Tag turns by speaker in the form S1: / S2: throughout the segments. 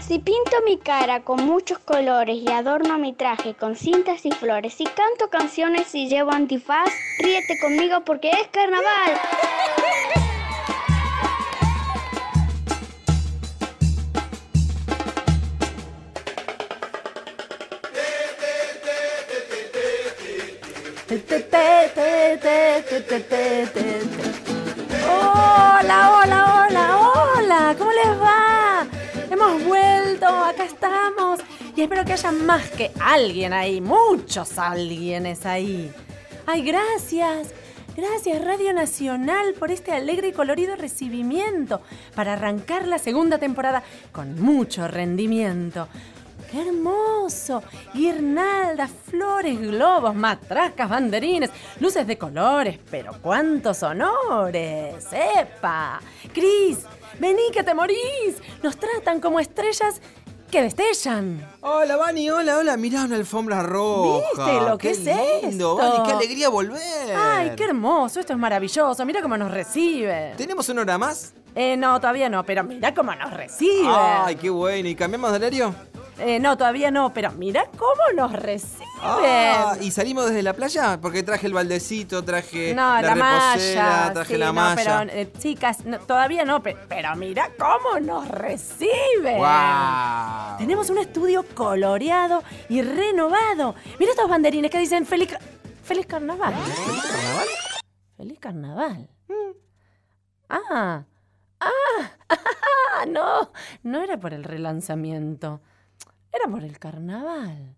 S1: Si pinto mi cara con muchos colores y adorno mi traje con cintas y flores, si canto canciones y llevo antifaz, ríete conmigo porque es carnaval.
S2: Te, te, te, te, te, te, te, te. Hola, hola, hola, hola, ¿cómo les va? Hemos vuelto, acá estamos y espero que haya más que alguien ahí, muchos alguienes ahí. Ay, gracias, gracias Radio Nacional por este alegre y colorido recibimiento para arrancar la segunda temporada con mucho rendimiento. ¡Qué hermoso! Guirnaldas, flores, globos, matracas, banderines, luces de colores, pero cuántos honores. ¡Epa! Cris, vení que te morís. Nos tratan como estrellas que destellan.
S3: Hola, Vani, hola, hola. Mirá una alfombra roja.
S2: ¿Viste lo
S3: qué
S2: que es
S3: lindo,
S2: esto?
S3: Vani, qué alegría volver.
S2: ¡Ay, qué hermoso! Esto es maravilloso. Mira cómo nos reciben.
S3: ¿Tenemos una hora más?
S2: Eh, no, todavía no, pero mira cómo nos reciben.
S3: Ay, qué bueno. ¿Y cambiamos de horario?
S2: Eh, no, todavía no, pero mira cómo nos reciben.
S3: Ah, ¿Y salimos desde la playa? Porque traje el baldecito, traje
S2: No,
S3: la,
S2: la,
S3: reposera,
S2: malla.
S3: traje
S2: sí,
S3: la
S2: no,
S3: malla.
S2: Pero, eh, chicas, no, todavía no, pe- pero mira cómo nos reciben.
S3: ¡Guau!
S2: eh. Tenemos un estudio coloreado y renovado. Mira estos banderines que dicen feliz, ca- feliz carnaval.
S3: ¿Feliz carnaval? Mm.
S2: Feliz carnaval. Ah, ah, no, no era por el relanzamiento, era por el carnaval.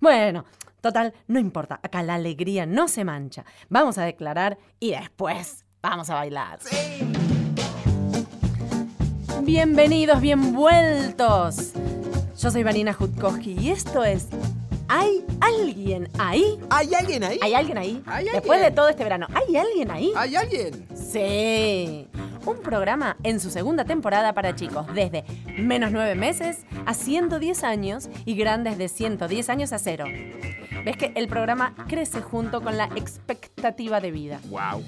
S2: Bueno, total, no importa, acá la alegría no se mancha. Vamos a declarar y después vamos a bailar. Bienvenidos, bienvueltos. Yo soy Vanina Jutkowski y esto es ¿Hay alguien ahí?
S3: ¿Hay alguien ahí?
S2: ¿Hay alguien ahí?
S3: ¿Hay
S2: Después de
S3: alguien?
S2: todo este verano, ¿hay alguien ahí?
S3: ¿Hay alguien?
S2: Sí. Un programa en su segunda temporada para chicos desde menos 9 meses a 110 años y grandes de 110 años a cero. Ves que el programa crece junto con la expectativa de vida.
S3: ¡Wow!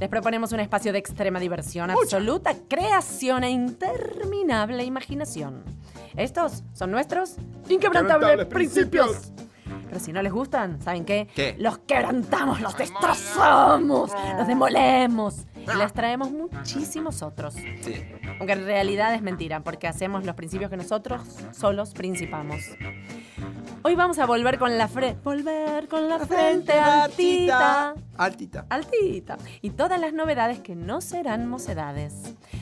S2: Les proponemos un espacio de extrema diversión, absoluta creación e interminable imaginación. Estos son nuestros inquebrantables
S3: Inquebrantables
S2: principios. Pero si no les gustan, ¿saben qué?
S3: ¿Qué?
S2: Los quebrantamos, los destrozamos, los demolemos y les traemos muchísimos otros.
S3: Sí.
S2: Aunque en realidad es mentira, porque hacemos los principios que nosotros solos principamos. Hoy vamos a volver con la frente. Volver con la frente altita.
S3: Altita.
S2: Altita. Y todas las novedades que no serán mocedades.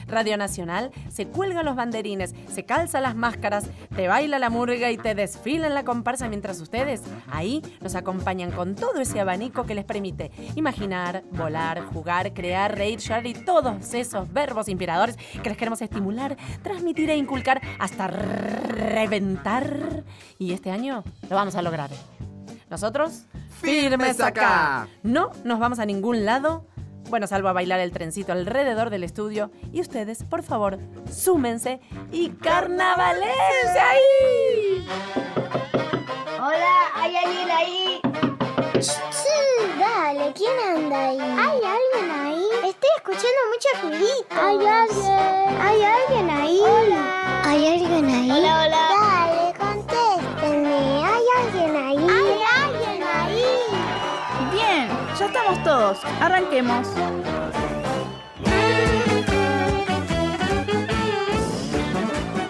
S2: Radio Nacional se cuelga los banderines, se calza las máscaras, te baila la murga y te desfila en la comparsa mientras ustedes ahí nos acompañan con todo ese abanico que les permite imaginar, volar, jugar, crear, reír, llorar y todos esos verbos inspiradores que les queremos estimular, transmitir e inculcar hasta reventar. Y este año lo vamos a lograr. Nosotros,
S3: Firmes acá.
S2: No nos vamos a ningún lado. Bueno, salvo a bailar el trencito alrededor del estudio. Y ustedes, por favor, súmense y carnavalense ahí.
S4: Hola, ¿hay alguien ahí?
S5: Sí, dale, ¿quién anda ahí? ¿Hay alguien ahí? Estoy escuchando muchos ruiditos. ¿Hay alguien? ¿Hay alguien ahí? Hola. ¿Hay alguien ahí? Hola, hola. Dale, contéstenme. ¿Hay alguien ahí? ¿Hay alguien ahí?
S4: Bien, ya estamos todos. Arranquemos.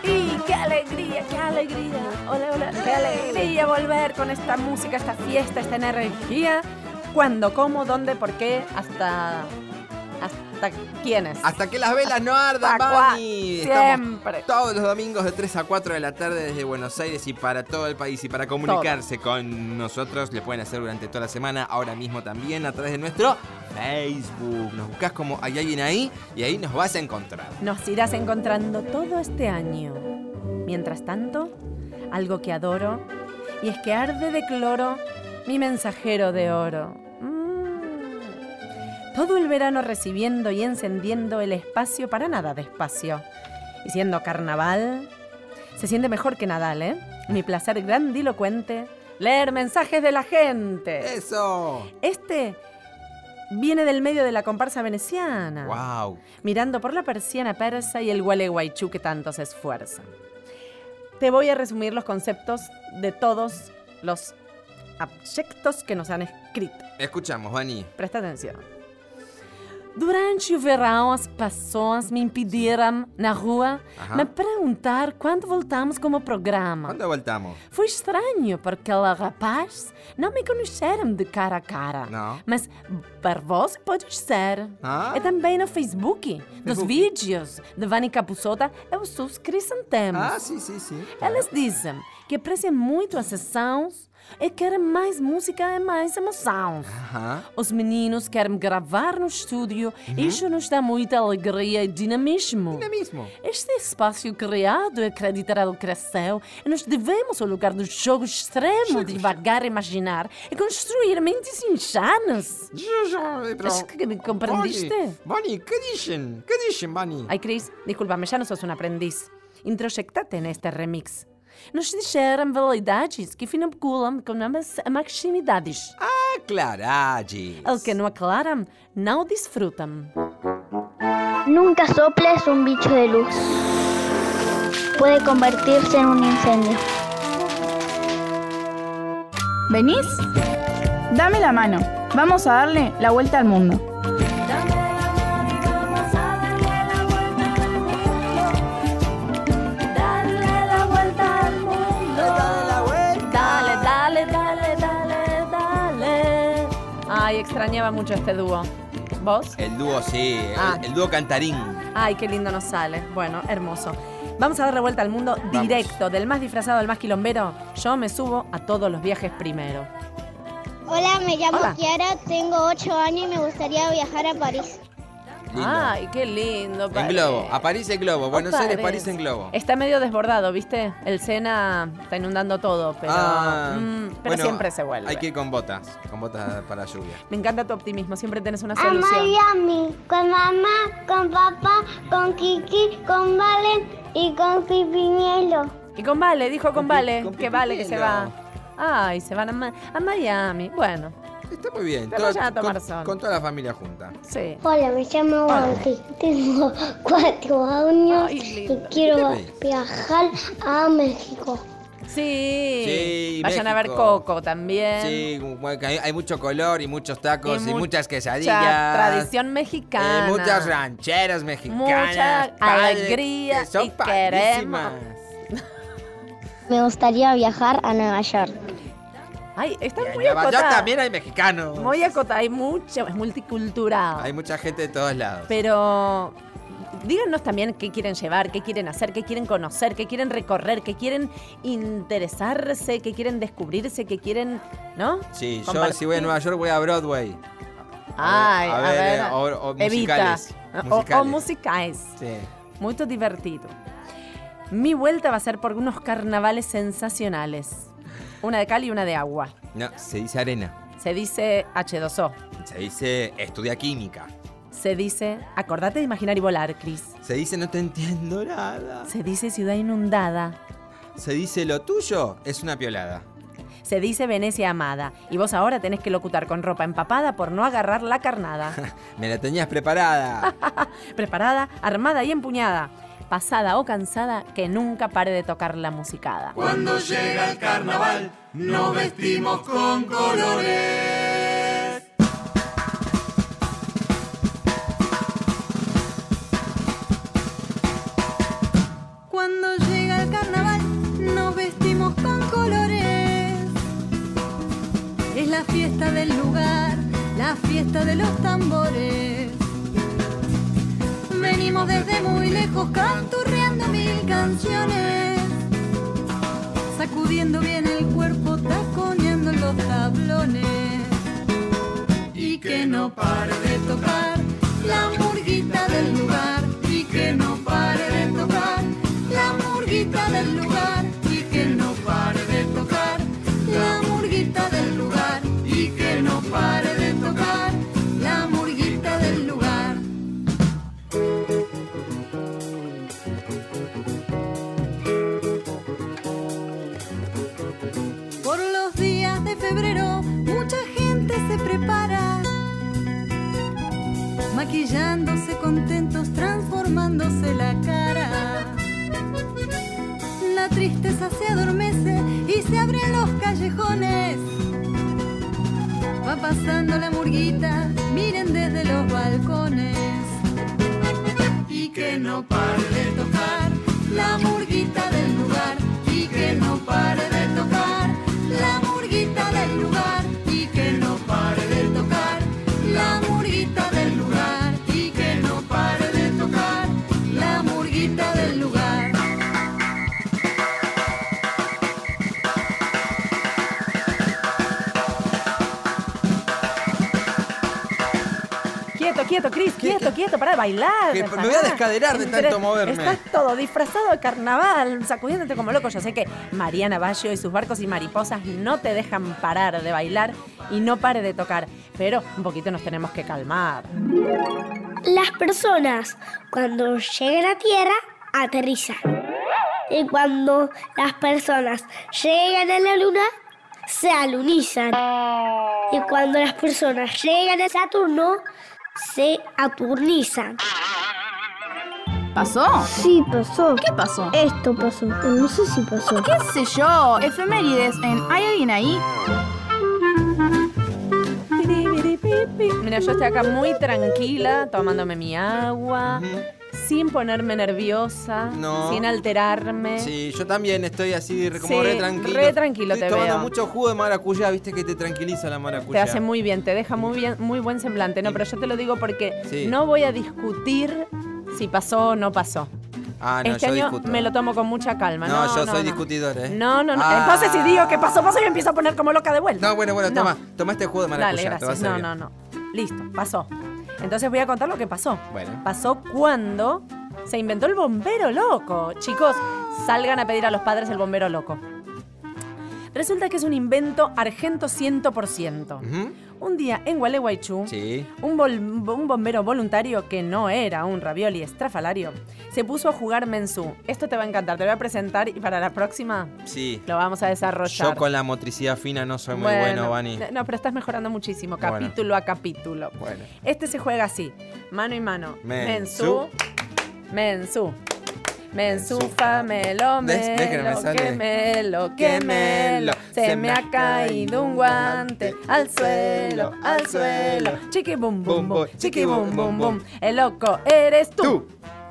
S2: Y qué alegría, qué alegría. Hola, hola. Qué alegría volver con esta música, esta fiesta, esta energía. ¿Cuándo, cómo, dónde, por qué? Hasta. ¿Hasta quiénes?
S3: Hasta que las velas no ardan,
S2: Hasta cua-
S3: Vani. Estamos
S2: Siempre.
S3: Todos los domingos de 3 a 4 de la tarde desde Buenos Aires y para todo el país. Y para comunicarse con nosotros, le pueden hacer durante toda la semana, ahora mismo también, a través de nuestro Facebook. Nos buscas como hay alguien ahí y ahí nos vas a encontrar.
S2: Nos irás encontrando todo este año. Mientras tanto, algo que adoro, y es que arde de cloro mi mensajero de oro. Mm. Todo el verano recibiendo y encendiendo el espacio para nada de espacio. Y siendo carnaval, se siente mejor que Nadal, ¿eh? Mi placer grandilocuente, leer mensajes de la gente.
S3: ¡Eso!
S2: Este viene del medio de la comparsa veneciana
S3: ¡Wow!
S2: mirando por la persiana persa y el gualeguaychú que tanto se esfuerza. Te voy a resumir los conceptos de todos los abyectos que nos han escrito.
S3: Escuchamos, Dani.
S2: Presta atenção. Durante o verão, as pessoas me impediram na rua
S3: Aham.
S2: me perguntar quando voltamos como programa.
S3: ¿Cuándo voltamos?
S2: Foi estranho porque o rapaz não me conheceram de cara a cara.
S3: Não.
S2: Mas para vós pode ser.
S3: Ah.
S2: E também no Facebook, dos
S3: Facebook.
S2: vídeos de Vani Capussota, eu sou os crisantemos.
S3: Ah, sí, sí, sí.
S2: Elas dizem que apreciam muito as sessões e querem mais música e mais emoção.
S3: Ajá.
S2: Os meninos querem gravar no estúdio
S3: Uhum.
S2: e isso nos dá muita alegria e dinamismo.
S3: Dinamismo.
S2: Este espaço criado e acreditado cresceu e nos devemos ao lugar do jogo extremo de devagar imaginar e construir mentes insanas.
S3: Yo, yo, eh, pero...
S2: Acho que me compreendiste.
S3: Bonnie, Bonnie, ¿qué dicen? ¿Qué dicen, Bonnie?
S2: Ay, Chris, discúlpame, já não sos um aprendiz. Introjectate neste remix. Nos disseram validades que finabculam com ambas maximidades.
S3: Aclaralles.
S2: Al que não aclaram, não desfrutam.
S1: Nunca soples un bicho de luz. Puede convertirse en un incendio.
S4: ¿Venís? Dame la mano. Vamos a darle la vuelta al mundo.
S2: Dale, dale, dale, dale, dale. Ay, extrañaba mucho este dúo. ¿Vos?
S3: El dúo, sí. el-
S2: Ah.
S3: El, dúo cantarín.
S2: Ay, qué lindo nos sale. Bueno, hermoso. Vamos a darle vuelta al mundo
S3: Vamos.
S2: directo, del más disfrazado al más quilombero. Yo me subo a todos los viajes primero.
S5: Hola, me llamo
S2: Hola.
S5: Kiara, tengo 8 años y me gustaría viajar a París.
S3: Lindo.
S2: Ay, eh, qué lindo.
S3: en
S2: padre.
S3: globo. A París en globo. Buenos
S2: Oh,
S3: Aires,
S2: padre.
S3: París en globo.
S2: Está medio desbordado, ¿viste? El Sena está inundando todo, pero,
S3: Ah,
S2: mm, pero
S3: bueno,
S2: siempre se vuelve.
S3: Hay que ir con botas. Con botas para lluvia.
S2: Me encanta tu optimismo, siempre tenés una
S5: A
S2: solución.
S5: Miami, con mamá, con papá, con Kiki, con Valen y con Pipinielo.
S2: Y con Vale, dijo con
S3: Con
S2: Vale,
S3: Pi- con
S2: que Vale que se va.
S3: Pipinelo.
S2: Ay, se van a, Ma- a Miami. Bueno,
S3: Está muy bien.
S2: Pero vayan a tomar
S3: con-
S2: sol.
S3: con toda la familia junta.
S2: sí.
S5: Hola, me llamo Guanti, tengo 4 años
S2: Ay,
S5: y
S2: lindo.
S5: quiero
S3: ¿Qué te
S5: viajar a México.
S2: Sí.
S3: Sí,
S2: Vayan a ver
S3: México.
S2: Coco también.
S3: Sí, bueno, que hay, hay mucho color y muchos
S2: Y
S3: tacos y,
S2: mucha
S3: muchas quesadillas.
S2: Tradición
S3: eh,
S2: mexicana.
S3: muchas rancheras mexicanas.
S2: Mucha
S3: padre,
S2: alegría
S3: que son
S2: y queremos.
S3: padrísimas.
S5: Me gustaría viajar a Nueva York.
S2: Ay, está
S3: Y en
S2: muy
S3: Nueva York
S2: acotada.
S3: también hay mexicanos.
S2: Muy acotada, hay mucho, es multicultural.
S3: Hay mucha gente de todos lados.
S2: Pero díganos también qué quieren llevar, qué quieren hacer, qué quieren conocer, qué quieren recorrer, qué quieren interesarse, qué quieren descubrirse, qué quieren, ¿no?
S3: sí, yo
S2: Compartir.
S3: si voy a Nueva York voy a Broadway.
S2: Ay,
S3: a
S2: a
S3: ver,
S2: ver,
S3: eh, o- o
S2: evita.
S3: musicales,
S2: O- O,
S3: musicales.
S2: musicales.
S3: Sí.
S2: Muy divertido. Mi vuelta va a ser por unos carnavales sensacionales. Una de cal y una de agua.
S3: No, se dice arena.
S2: Se dice H2O.
S3: Se dice estudia química.
S2: Se dice, acordate de imaginar y volar, Cris.
S3: Se dice no te entiendo nada.
S2: Se dice ciudad inundada.
S3: Se dice lo tuyo es una piolada.
S2: Se dice Venecia amada. Y vos ahora tenés que locutar con ropa empapada por no agarrar la carnada.
S3: Me la tenías preparada.
S2: Preparada, armada y empuñada. Pasada o cansada, que nunca pare de tocar la musicada.
S6: Cuando llega el carnaval, nos vestimos con colores.
S7: Cuando llega el carnaval nos vestimos con colores. Es la fiesta del lugar, la fiesta de los tambores. Venimos desde muy lejos canturreando mil canciones. Sacudiendo bien el cuerpo, taconeando los tablones. Y que no pare de tocar la murguita del lugar. Y que no pare de tocar la murguita del lugar. Y que no pare de tocar la murguita del lugar. Y que no pare de tocar la murguita del lugar. Por los días de febrero mucha gente se prepara, maquillándose contentos, transformándose la cara. La tristeza se adormece y se abren los callejones. Va pasando la murguita, miren desde los balcones. Y que no pare de tocar la murguita del lugar. Y que no pare de tocar la murguita del lugar. Y que no pare de tocar la murguita del lugar. Y que no pare de tocar la murguita del lugar.
S2: Quieto, quieto, Cris, quieto, quieto, para de bailar.
S3: Que me voy a descaderar de tanto moverme.
S2: Estás todo disfrazado de carnaval, sacudiéndote como loco. Yo sé que Mariana Bayo y sus barcos y mariposas no te dejan parar de bailar y no pare de tocar, pero un poquito nos tenemos que calmar.
S5: Las personas cuando llegan a tierra aterrizan. Y cuando las personas llegan a la luna, se alunizan. Y cuando las personas llegan a Saturno, se aturnizan.
S4: ¿Pasó?
S5: Sí, pasó.
S4: ¿Qué pasó? Eh,
S5: Esto pasó. No sé si pasó.
S4: ¿Qué sé yo? Efemérides en ¿Hay alguien ahí?
S2: Mira, yo estoy acá muy tranquila, tomándome mi agua, sin ponerme nerviosa,
S3: No.
S2: sin alterarme.
S3: Sí, yo también estoy así re- como
S2: Sí,
S3: re tranquilo.
S2: re tranquilo
S3: estoy
S2: te
S3: tomando
S2: veo.
S3: mucho jugo de maracuyá, viste que te tranquiliza la maracuyá.
S2: Te hace muy bien, te deja muy bien, muy buen semblante. No, pero yo te lo digo porque
S3: Sí.
S2: no voy a discutir si pasó o no pasó.
S3: Ah, no,
S2: este
S3: yo
S2: año
S3: discuto.
S2: me lo tomo con mucha calma. No,
S3: No, yo soy
S2: no.
S3: discutidor, ¿eh?
S2: No, no, no.
S3: Ah.
S2: Entonces si digo que pasó, pasó y me empiezo a poner como loca de vuelta.
S3: No, bueno, bueno,
S2: No.
S3: toma. Toma este jugo de maracuyá.
S2: Dale,
S3: te va a
S2: gracias.
S3: hacer
S2: No,
S3: bien.
S2: no, no. Listo, pasó. Entonces voy a contar lo que pasó.
S3: Bueno.
S2: Pasó cuando se inventó el bombero loco. Chicos, salgan a pedir a los padres el bombero loco. Resulta que es un invento argento 100%.
S3: Ujú.
S2: Un día en Gualeguaychú,
S3: Sí.
S2: un, vol- un bombero voluntario que no era un ravioli estrafalario se puso a jugar mensú. Esto te va a encantar, te lo voy a presentar y para la próxima
S3: Sí.
S2: lo vamos a desarrollar.
S3: Yo con la motricidad fina no soy muy bueno, Vani.
S2: No, pero estás mejorando muchísimo,
S3: Bueno.
S2: capítulo a capítulo.
S3: Bueno.
S2: Este se juega así, mano y mano.
S3: Mensú.
S2: Mensú. Mensú. Mensú,
S3: Mensú.
S2: famelo,
S3: ¿Ves? ¿Ves que no me
S2: melo,
S3: sale?
S2: quemelo,
S3: Quemelo.
S2: quemelo. Se me ha caído un guante. Al suelo, al suelo. Chiqui
S3: Bum,
S2: bum bum
S3: bum.
S2: bum. Chiqui bum bum bum. El loco eres tú.
S3: Tú.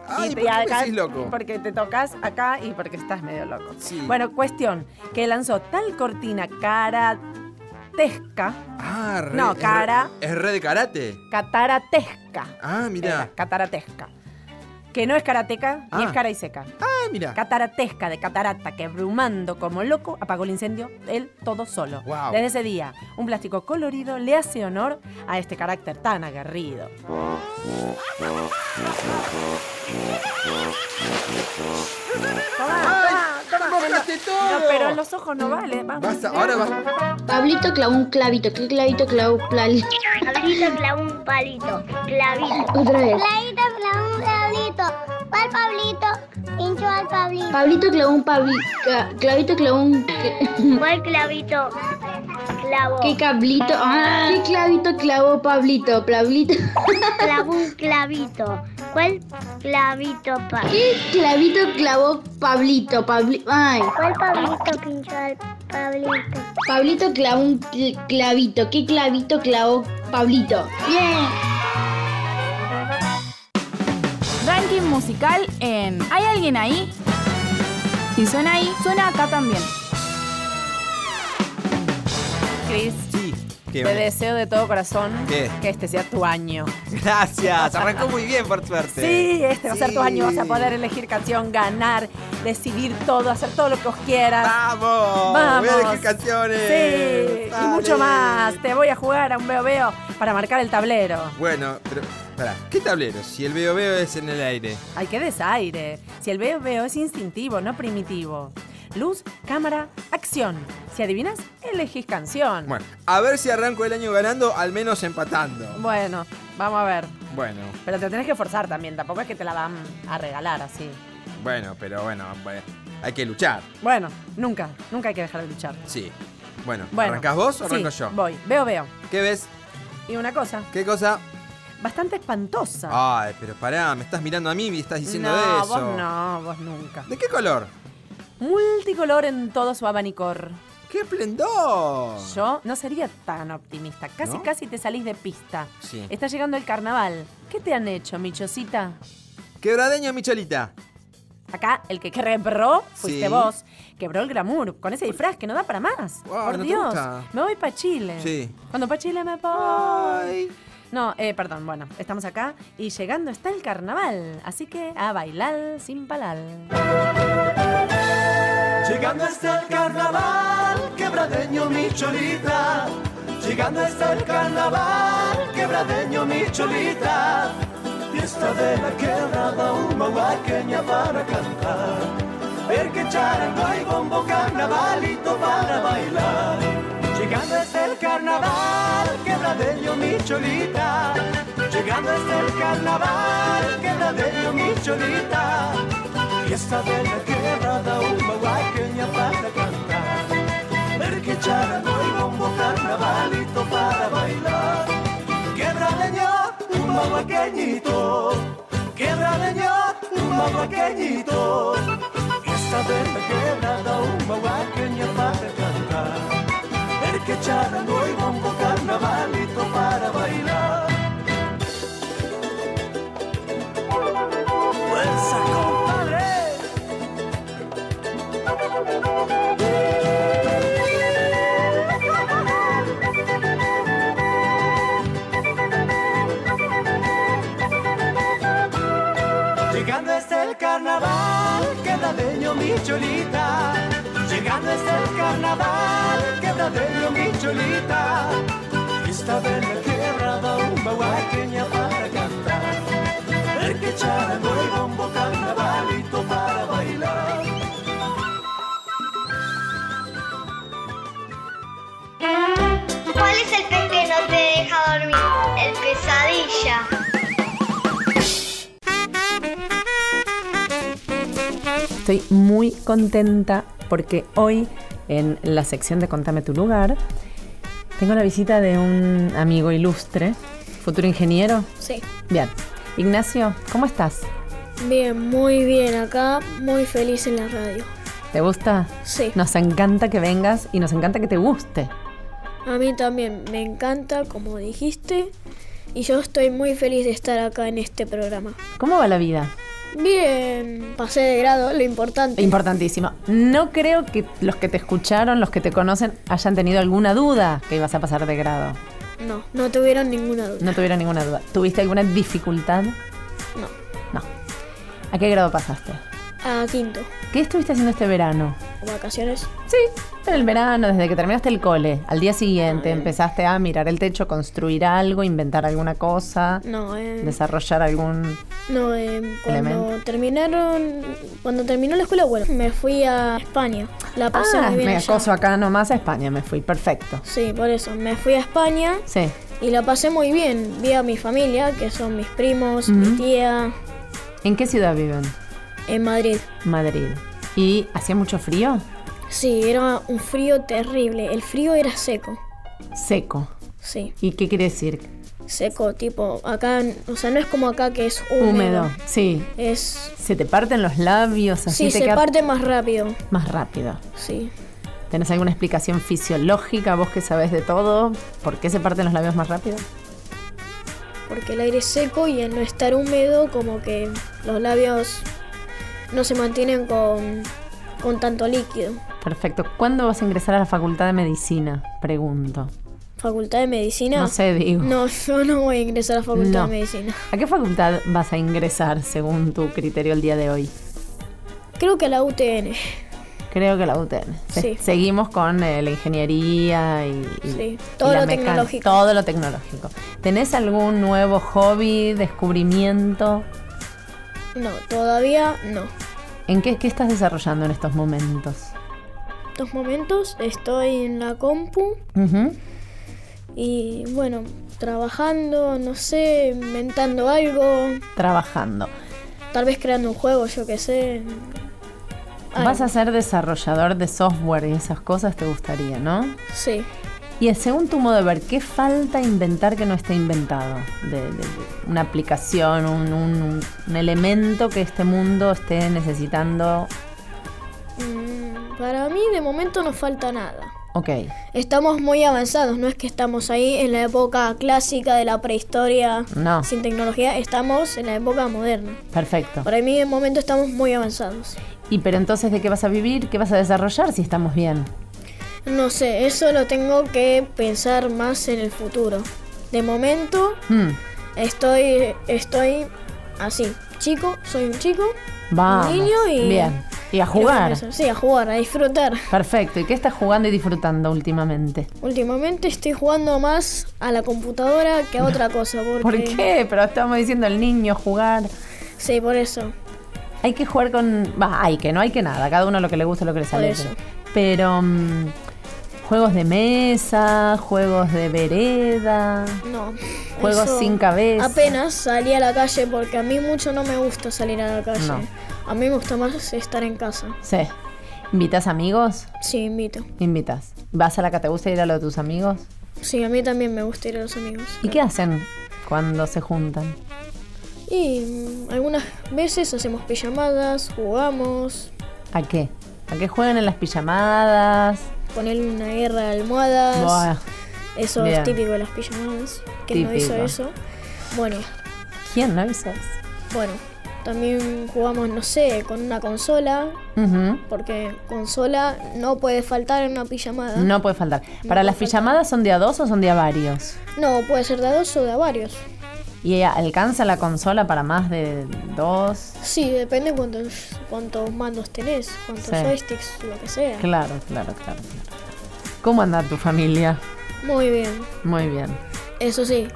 S3: Ay,
S2: Y
S3: ¿por
S2: te-
S3: qué me
S2: acá-
S3: decís loco?
S2: Porque te tocas acá y porque estás medio loco.
S3: Sí.
S2: Bueno, cuestión, que lanzó tal cortina karatesca,
S3: Ah, re-
S2: No,
S3: es re-
S2: cara.
S3: Es re de karate.
S2: cataratesca.
S3: Ah,
S2: Era
S3: mira.
S2: cataratesca. Que no es karateca,
S3: Ah.
S2: ni es cara y seca.
S3: Ah, mira.
S2: Cataratesca de catarata que brumando como loco apagó el incendio él todo solo.
S3: Guau.
S2: Desde ese día, un plástico colorido le hace honor a este carácter tan aguerrido. Tomá, tomá, tomá.
S3: mojaste todo.
S2: No, pero en los ojos no vale. Vamos.
S3: Vas a- ahora vas.
S8: Pablito clavó un clavito, ¿qué clavito clavó Plali?
S5: Palito clavó un palito. Clavito.
S8: Otra vez.
S5: Clavito clavó un clavito. ¿Cuál Pablito? Pincho al Pablito.
S8: Pablito clavó un pavi, ca- clavito clavó un ¿qué,
S5: ¿Cuál clavito? Clavó.
S8: qué cablito? Ah, ¿Qué clavito clavó Pablito? Pablito.
S5: Clavó un clavito. ¿Cuál clavito, pa?
S8: ¿Qué clavito clavó Pablito? Pabli- Ay,
S5: ¿Cuál Pablito pinchó al Pablito?
S8: Pablito clavó un cl- clavito, ¿qué clavito clavó Pablito? Bien.
S4: Ranking musical en ¿Hay alguien ahí? Si suena ahí, suena acá también.
S2: Cris,
S3: Sí. Qué
S2: te
S3: bueno.
S2: deseo de todo corazón
S3: ¿Qué?
S2: que este sea tu año.
S3: Gracias. Arrancó muy bien, por suerte.
S2: Sí, este va a ser tu
S3: Sí.
S2: año. Vas a poder elegir canción, ganar, decidir todo, hacer todo lo que os quieras.
S3: ¡Vamos!
S2: Vamos.
S3: Voy a elegir canciones.
S2: Sí, y
S3: Dale.
S2: mucho más. Te voy a jugar a un veo veo para marcar el tablero.
S3: Bueno, pero. Pará, ¿qué tablero? Si el veo veo es en el aire.
S2: Ay, qué desaire. Si el veo veo es instintivo, no primitivo. Luz, cámara, acción. Si adivinas, elegís canción.
S3: Bueno, a ver si arranco el año ganando, al menos empatando.
S2: Bueno, vamos a ver.
S3: Bueno,
S2: Pero te tenés que forzar también. Tampoco es que te la van a regalar así.
S3: bueno, pero bueno, bueno, hay que luchar.
S2: Bueno, nunca, nunca hay que dejar de luchar.
S3: Sí. Bueno,
S2: Bueno,
S3: ¿arrancás vos o arranco
S2: sí,
S3: yo?
S2: Voy, veo, veo.
S3: ¿Qué ves?
S2: Y una cosa,
S3: ¿Qué cosa?
S2: bastante espantosa.
S3: Ay, pero pará, me estás mirando a mí y estás Ah, diciendo
S2: no,
S3: eso.
S2: vos no, vos nunca.
S3: ¿De qué color?
S2: multicolor en todo su abanicor.
S3: ¡Qué esplendor!
S2: Yo no sería tan optimista. Casi,
S3: Ah. ¿No?
S2: casi te salís de pista.
S3: Sí.
S2: Está llegando el carnaval. ¿Qué te han hecho, michosita?
S3: Quebradeño, Micholita.
S2: Acá, el que quebró fuiste
S3: Sí.
S2: vos. Quebró el glamur con ese disfraz que no da para más.
S3: Guau,
S2: Por
S3: ¿no te
S2: Dios.
S3: gusta?
S2: Me voy para Chile.
S3: Sí.
S2: Cuando para Chile me voy. No, eh, perdón, bueno, estamos acá y llegando está el carnaval. Así que a bailar sin palal.
S6: Llegando está el carnaval, quebradeño mi cholita. Llegando está el carnaval, quebradeño mi cholita. Fiesta de la quebrada, una huaqueña para cantar. Ver que charango y bombo, carnavalito para bailar. Llegando está el carnaval, quebradeño mi cholita. Llegando está el carnaval, quebradeño mi cholita. Fiesta de la quebrada, un baguaqueña para cantar. Ver que charango y bombo, carnavalito para bailar. Quebradeño, un baguaqueñito. Quebradeño, un baguaqueñito. Fiesta de la quebrada, un baguaqueña para cantar. Ver que charango y bombo, carnavalito para bailar. ¡Fuerza, compadre! Llegando está el carnaval, quebradeño mi cholita. Llegando está el carnaval, quebradeño mi cholita. Esta vez la quebrada, un baguaqueña para cantar. El que charango y bombo, carnavalito para bailar.
S5: ¿Cuál es el pez que no te deja dormir? El pesadilla.
S2: Estoy muy contenta porque hoy en la sección de Contame tu lugar tengo la visita de un amigo ilustre, futuro ingeniero.
S9: Sí.
S2: Bien. Ignacio, ¿cómo estás?
S9: Bien, muy bien acá, muy feliz en la radio.
S2: ¿Te gusta?
S9: Sí.
S2: Nos encanta que vengas y nos encanta que te guste.
S9: A mí también me encanta, como dijiste, y yo estoy muy feliz de estar acá en este programa.
S2: ¿Cómo va la vida?
S9: Bien, pasé de grado, lo importante.
S2: Importantísimo. No creo que los que te escucharon, los que te conocen, hayan tenido alguna duda que ibas a pasar de grado.
S9: No, no tuvieron ninguna duda.
S2: No tuvieron ninguna duda. ¿Tuviste alguna dificultad?
S9: No.
S2: No. ¿A qué grado pasaste?
S9: A quinto,
S2: ¿Qué estuviste haciendo este verano?
S9: vacaciones.
S2: Sí, en el verano, desde que terminaste el cole, al día siguiente empezaste a mirar el techo, construir algo, inventar alguna cosa,
S9: No, eh,
S2: desarrollar algún...
S9: no eh, cuando
S2: Elemento.
S9: terminaron, cuando terminó la escuela, bueno, me fui a España. La pasé
S2: Ah,
S9: muy bien
S2: me
S9: allá.
S2: acoso acá nomás a España, me fui, perfecto.
S9: Sí, por eso, me fui a España.
S2: Sí,
S9: Y la pasé muy bien. Vi a mi familia, que son mis primos,
S2: Ujú.
S9: mi tía,
S2: ¿en qué ciudad viven?
S9: en Madrid.
S2: Madrid. ¿Y hacía mucho frío?
S9: Sí, era un frío terrible. El frío era seco.
S2: Seco.
S9: Sí,
S2: ¿Y qué quiere decir?
S9: seco, tipo, acá, o sea, no es como acá que es húmedo.
S2: Húmedo. Sí.
S9: Es...
S2: Se te parten los labios,
S9: Sí,
S2: así te
S9: se
S2: queda
S9: parte más rápido.
S2: más rápido.
S9: Sí.
S2: ¿Tenés alguna explicación fisiológica, vos que sabés de todo? ¿Por qué se parten los labios más rápido?
S9: Porque el aire es seco y al no estar húmedo, como que los labios no se mantienen con, con tanto líquido.
S2: Perfecto. ¿Cuándo vas a ingresar a la Facultad de Medicina? Pregunto.
S9: Facultad de Medicina.
S2: No sé, digo.
S9: No, yo no voy a ingresar a Facultad
S2: No.
S9: de Medicina.
S2: ¿A qué facultad vas a ingresar según tu criterio el día de hoy?
S9: Creo que la UTN.
S2: Creo que la UTN. Se-
S9: Sí.
S2: Seguimos con eh, la ingeniería y, y-
S9: Sí,
S2: y
S9: todo
S2: la
S9: lo
S2: mecánica,
S9: tecnológico.
S2: Todo lo tecnológico. ¿Tenés algún nuevo hobby, descubrimiento?
S9: No, todavía no.
S2: ¿En qué, qué estás desarrollando en estos momentos?
S9: En estos momentos estoy en la compu
S2: Ujú.
S9: y bueno, trabajando, no sé, inventando algo,
S2: Trabajando.
S9: tal vez creando un juego, yo qué sé. Algo.
S2: Vas a ser desarrollador de software y esas cosas te gustaría, ¿no?
S9: Sí.
S2: Y eh, según tu modo de ver, ¿qué falta inventar que no esté inventado? De, de- de una aplicación, un, un- un- un elemento que este mundo esté necesitando
S9: Mm, Para mí de momento no falta nada.
S2: Ok.
S9: Estamos muy avanzados, no es que estamos ahí en la época clásica de la prehistoria
S2: No.
S9: sin tecnología, estamos en la época moderna.
S2: Perfecto.
S9: Para mí de momento estamos muy avanzados.
S2: Y pero entonces, ¿de qué vas a vivir? ¿Qué vas a desarrollar si estamos bien?
S9: No sé, eso lo tengo que pensar más en el futuro. De momento
S2: Hmm,
S9: estoy estoy así, chico, soy un chico,
S2: vamos.
S9: un niño y
S2: Bien. Y a jugar.
S9: Sí, a jugar, a disfrutar.
S2: Perfecto. ¿Y qué estás jugando y disfrutando últimamente?
S9: Últimamente estoy jugando más a la computadora que a otra cosa. Porque...
S2: ¿Por qué? Pero estamos diciendo el niño jugar.
S9: Sí, por eso.
S2: Hay que jugar con. Va, hay que, no hay que nada. Cada uno lo que le gusta, lo que le sale.
S9: eso.
S2: Pero. mm, juegos de mesa, juegos de vereda.
S9: No.
S2: Juegos
S9: Eso
S2: sin cabeza.
S9: Apenas salí a la calle porque a mí mucho no me gusta salir a la calle.
S2: No.
S9: A mí me gusta más estar en casa.
S2: Sí. ¿Invitas amigos?
S9: Sí, invito.
S2: Invitas. ¿Vas a la que te gusta ir a lo de tus amigos?
S9: Sí, a mí también me gusta ir a los amigos.
S2: ¿Y qué hacen cuando se juntan?
S9: Y mm, algunas veces hacemos pijamadas, jugamos,
S2: ¿A qué? ¿A qué juegan en las pijamadas?
S9: poner una guerra de almohadas.
S2: Buah,
S9: Eso
S2: bien.
S9: es típico de las pijamadas. Que no hizo
S2: Típico.
S9: eso. Bueno,
S2: ¿Quién no hizo eso?
S9: bueno. También jugamos, no sé, con una consola.
S2: Ujú.
S9: Porque consola no puede faltar en una pijamada.
S2: No puede faltar.
S9: No
S2: ¿Para
S9: puede
S2: las pijamadas son de a dos o son de a varios?
S9: No, puede ser de a dos o de a varios.
S2: ¿Y alcanza la consola para más de dos?
S9: Sí, depende cuántos, cuántos mandos tenés, cuántos
S2: Sí.
S9: joysticks, lo que sea.
S2: Claro, claro, claro, claro. ¿Cómo anda tu familia?
S9: Muy bien,
S2: Muy bien.
S9: eso sí.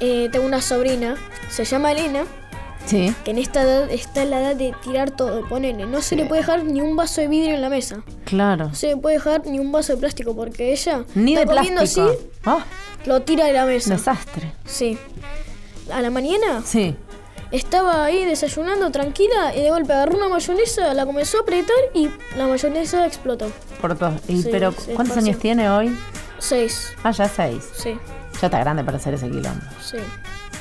S9: eh, tengo una sobrina, se llama Elena,
S2: Sí.
S9: que en esta edad está en la edad de tirar todo, ponele. No se le puede dejar ni un vaso de vidrio en la mesa.
S2: Claro.
S9: No se le puede dejar ni un vaso de plástico porque ella
S2: Ni de
S9: está comiendo
S2: plástico.
S9: así,
S2: Ah,
S9: lo tira de la mesa.
S2: desastre.
S9: Sí. A la mañana
S2: Sí.
S9: Estaba ahí desayunando tranquila y de golpe agarró una mayonesa, la comenzó a apretar y la mayonesa explotó.
S2: Por dos. Y,
S9: Sí,
S2: pero,
S9: sí,
S2: ¿cuántos
S9: pasó.
S2: años tiene hoy?
S9: Seis.
S2: Ah, ya seis.
S9: Sí,
S2: Ya está grande para hacer ese quilombo.
S9: sí.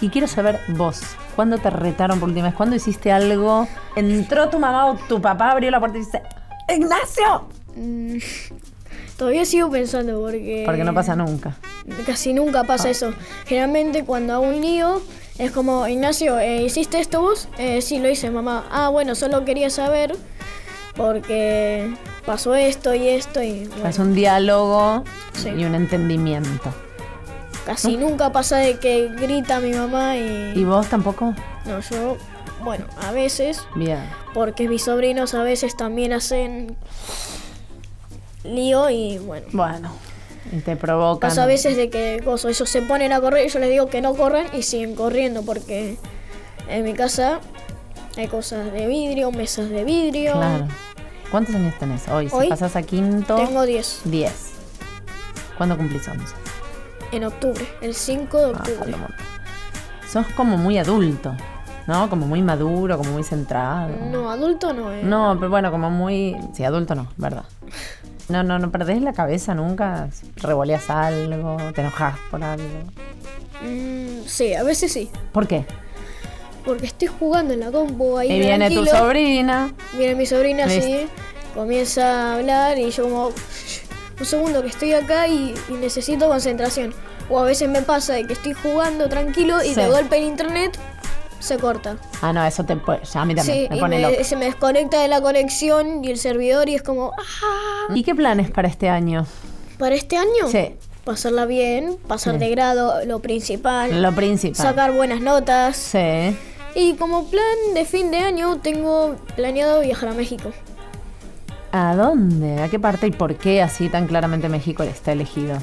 S2: Y quiero saber vos, ¿cuándo te retaron por última vez? ¿Cuándo hiciste algo? ¿Entró tu mamá o tu papá, abrió la puerta y dice, Ignacio?
S9: Mm, Todavía sigo pensando porque...
S2: Porque no pasa Ah. nunca.
S9: Casi nunca pasa eso. Generalmente cuando hago un lío es como, Ignacio, eh, ¿hiciste esto vos? Eh, sí, lo hice, mamá. Ah, bueno, solo quería saber porque pasó esto y esto y... bueno,
S2: Es un diálogo
S9: Sí.
S2: y un entendimiento.
S9: Casi nunca pasa de que grita mi mamá
S2: ¿Y vos tampoco?
S9: No, yo, bueno, a veces,
S2: Bien.
S9: porque mis sobrinos a veces también hacen lío y bueno.
S2: Bueno, y te provocan.
S9: Pasa a veces de que gozo, ellos se ponen a correr y yo les digo que no corran y siguen corriendo porque en mi casa hay cosas de vidrio, mesas de vidrio.
S2: Claro. ¿Cuántos años tenés hoy? Si
S9: Hoy
S2: pasás a quinto,
S9: Tengo 10
S2: 10. ¿Cuándo cumplís Ah, 11?
S9: en octubre, el 5 de
S2: Ah,
S9: octubre.
S2: falta un montón. Sos como muy adulto, ¿no? Como muy maduro, como muy centrado.
S9: no, adulto no es.
S2: No, pero bueno, como muy. Sí, adulto no, verdad. No, no, no perdés la cabeza nunca. Revoleas algo, te enojas por algo.
S9: Mm, sí, a veces sí,
S2: ¿Por qué?
S9: porque estoy jugando en la compu ahí.
S2: y viene tu
S9: tranquilo.
S2: sobrina.
S9: Viene mi sobrina
S2: Listo.
S9: así, comienza a hablar y yo como, un segundo que estoy acá y, y necesito concentración. O a veces me pasa de que estoy jugando tranquilo y
S2: Sí.
S9: de golpe el internet se corta.
S2: Ah, no, eso te pone. Ya a mí también
S9: sí,
S2: me
S9: y
S2: pone
S9: me-
S2: loca.
S9: se me desconecta de la conexión y el servidor y es como, "Ah".
S2: ¿Y qué planes para este año?
S9: para este año,
S2: Sí,
S9: pasarla bien, pasar
S2: Sí.
S9: de grado, lo principal,
S2: lo principal.
S9: sacar buenas notas.
S2: Sí.
S9: Y como plan de fin de año tengo planeado viajar a México.
S2: ¿A dónde? ¿A qué parte y por qué así tan claramente México está elegido?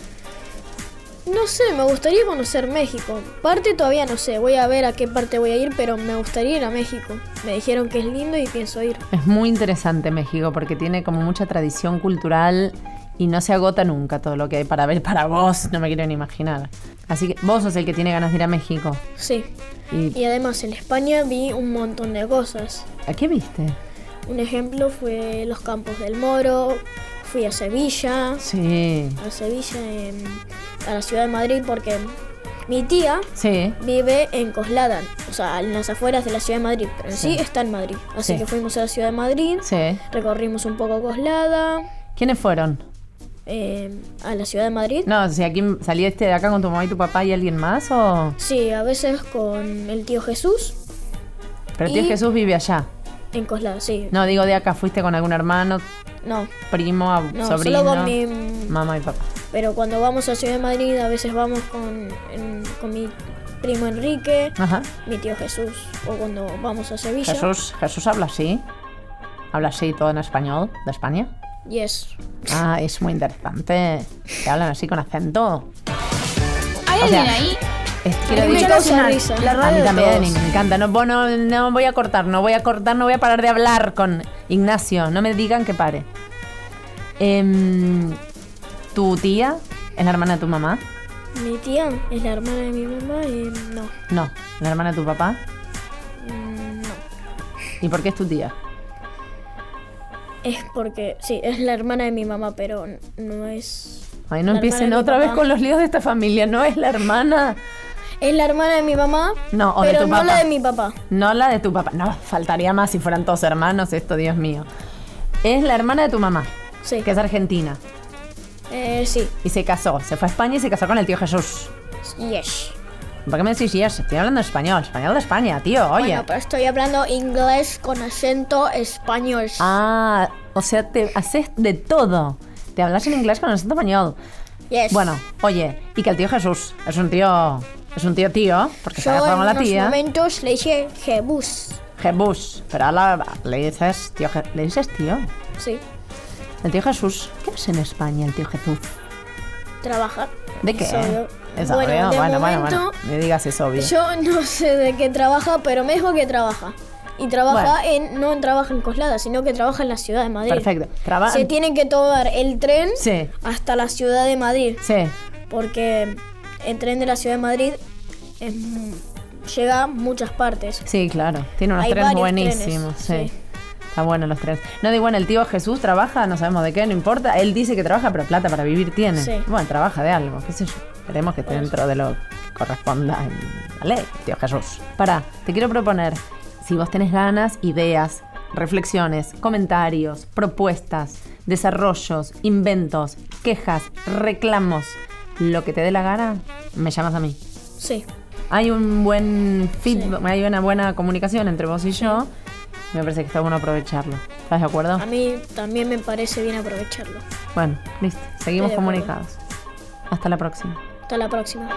S9: No sé, me gustaría conocer México. Parte todavía no sé, voy a ver a qué parte voy a ir, pero me gustaría ir a México. Me dijeron que es lindo y pienso ir.
S2: Es muy interesante México porque tiene como mucha tradición cultural y no se agota nunca todo lo que hay para ver para vos, no me quiero ni imaginar. Así que vos sos el que tiene ganas de ir a México.
S9: Sí.
S2: ¿Y
S9: Y además en España vi un montón de cosas.
S2: a qué viste?
S9: Un ejemplo fue los Campos del Moro, fui a Sevilla,
S2: Sí,
S9: a Sevilla, em, a la ciudad de Madrid porque Mi tía
S2: Sí.
S9: vive en Coslada, o sea, en las afueras de la Ciudad de Madrid, pero en sí,
S2: Sí.
S9: está en Madrid. Así
S2: Sí.
S9: que fuimos a la Ciudad de Madrid,
S2: Sí.
S9: recorrimos un poco Coslada,
S2: ¿Quiénes fueron?
S9: eh, a la Ciudad de Madrid.
S2: No, si aquí saliste este de acá con tu mamá y tu papá y alguien más o.
S9: Sí, a veces con el tío Jesús
S2: Pero tío
S9: Y-
S2: Jesús vive allá.
S9: en Coslada, sí.
S2: No, digo de acá, fuiste con algún hermano,
S9: No,
S2: primo, ab-
S9: No,
S2: sobrino.
S9: solo con mi-
S2: Mamá y papá.
S9: pero cuando vamos a Ciudad de Madrid a veces vamos con, en- con mi primo Enrique,
S2: Ajá.
S9: mi tío Jesús, o cuando vamos a Sevilla.
S2: Jesús, Jesús habla así. Habla así todo en español, de España.
S9: Yes.
S2: Ah, es muy interesante. Te hablan así con acento.
S4: ¿Hay
S2: O
S4: alguien
S2: sea,
S4: ahí?
S2: Es
S4: A
S2: quiero
S4: mí me
S2: decir-
S4: causa Una- risa. la radio
S2: a mí
S4: de
S2: también,
S4: todos.
S2: me encanta. No, vos no, no voy a cortar, no voy a cortar, no voy a parar de hablar con Ignacio. No me digan que pare. Em, ¿Tu tía es la hermana de tu mamá?
S9: Mi tía es la hermana de mi mamá y no,
S2: No. ¿La hermana de tu papá?
S9: mm, no.
S2: ¿Y por qué es tu tía?
S9: Es porque, sí, es la hermana de mi mamá, pero n- no es...
S2: Ay, no
S9: La
S2: empiecen
S9: hermana de mi
S2: otra vez
S9: papá.
S2: con los líos de esta familia. No es la hermana.
S9: Es la hermana de mi mamá,
S2: No, o de
S9: pero
S2: tu
S9: no
S2: papá.
S9: la de mi papá.
S2: No la de tu papá. No, faltaría más si fueran todos hermanos, esto, Dios mío. Es la hermana de tu mamá,
S9: Sí.
S2: que es argentina.
S9: Eh, sí,
S2: Y se casó. Se fue a España y se casó con el tío Jesús.
S9: yes.
S2: ¿Por qué me decís yes? Estoy hablando español. Español de España, tío, oye.
S9: Bueno, pues. pero estoy hablando inglés con acento español.
S2: Ah, o sea, te haces de todo. Te hablas en inglés con acento español.
S9: Yes.
S2: Bueno, oye, y que el tío Jesús es un tío... Es un tío tío, porque se
S9: Yo
S2: casó
S9: en
S2: con la
S9: unos
S2: tía.
S9: momentos le dije Jebus.
S2: Jesús. Pero ahora le dices tío... Je- ¿Le dices tío?
S9: Sí,
S2: El tío Jesús. ¿Qué hace en España el tío Jesús?
S9: trabaja.
S2: ¿De qué?
S9: Es obvio.
S2: Es
S9: Bueno,
S2: obvio,
S9: de
S2: bueno, bueno,
S9: momento,
S2: bueno. Me digas es obvio.
S9: Yo no sé de qué trabaja, pero me dijo que trabaja. Y trabaja en, no trabaja en Coslada, sino que trabaja en la ciudad de Madrid.
S2: Perfecto. Traba-
S9: Se tiene que tomar el tren
S2: Sí,
S9: hasta la ciudad de Madrid.
S2: sí.
S9: Porque el tren de la ciudad de Madrid es mu- llega a muchas partes.
S2: Sí, claro. Tiene unos
S9: Hay
S2: trenes
S9: varios
S2: buenísimos.
S9: trenes,
S2: sí. Está bueno los trenes. No digo, bueno, el tío Jesús trabaja, no sabemos de qué, no importa. Él dice que trabaja, pero plata para vivir tiene.
S9: Sí.
S2: Bueno, trabaja de algo, qué sé yo. Queremos que esté
S9: Pues.
S2: dentro de lo que corresponda en la ley, tío Jesús. Pará, te quiero proponer, si vos tenés ganas, ideas, reflexiones, comentarios, propuestas, desarrollos, inventos, quejas, reclamos, lo que te dé la gana, me llamas a mí.
S9: Sí.
S2: Hay un buen feedback, hay una buena comunicación entre vos y yo. Me parece que está bueno aprovecharlo. ¿Estás de acuerdo?
S9: A mí también me parece bien aprovecharlo.
S2: Bueno, listo. Seguimos
S9: Estoy de
S2: comunicados. Hasta la próxima.
S9: Hasta la próxima.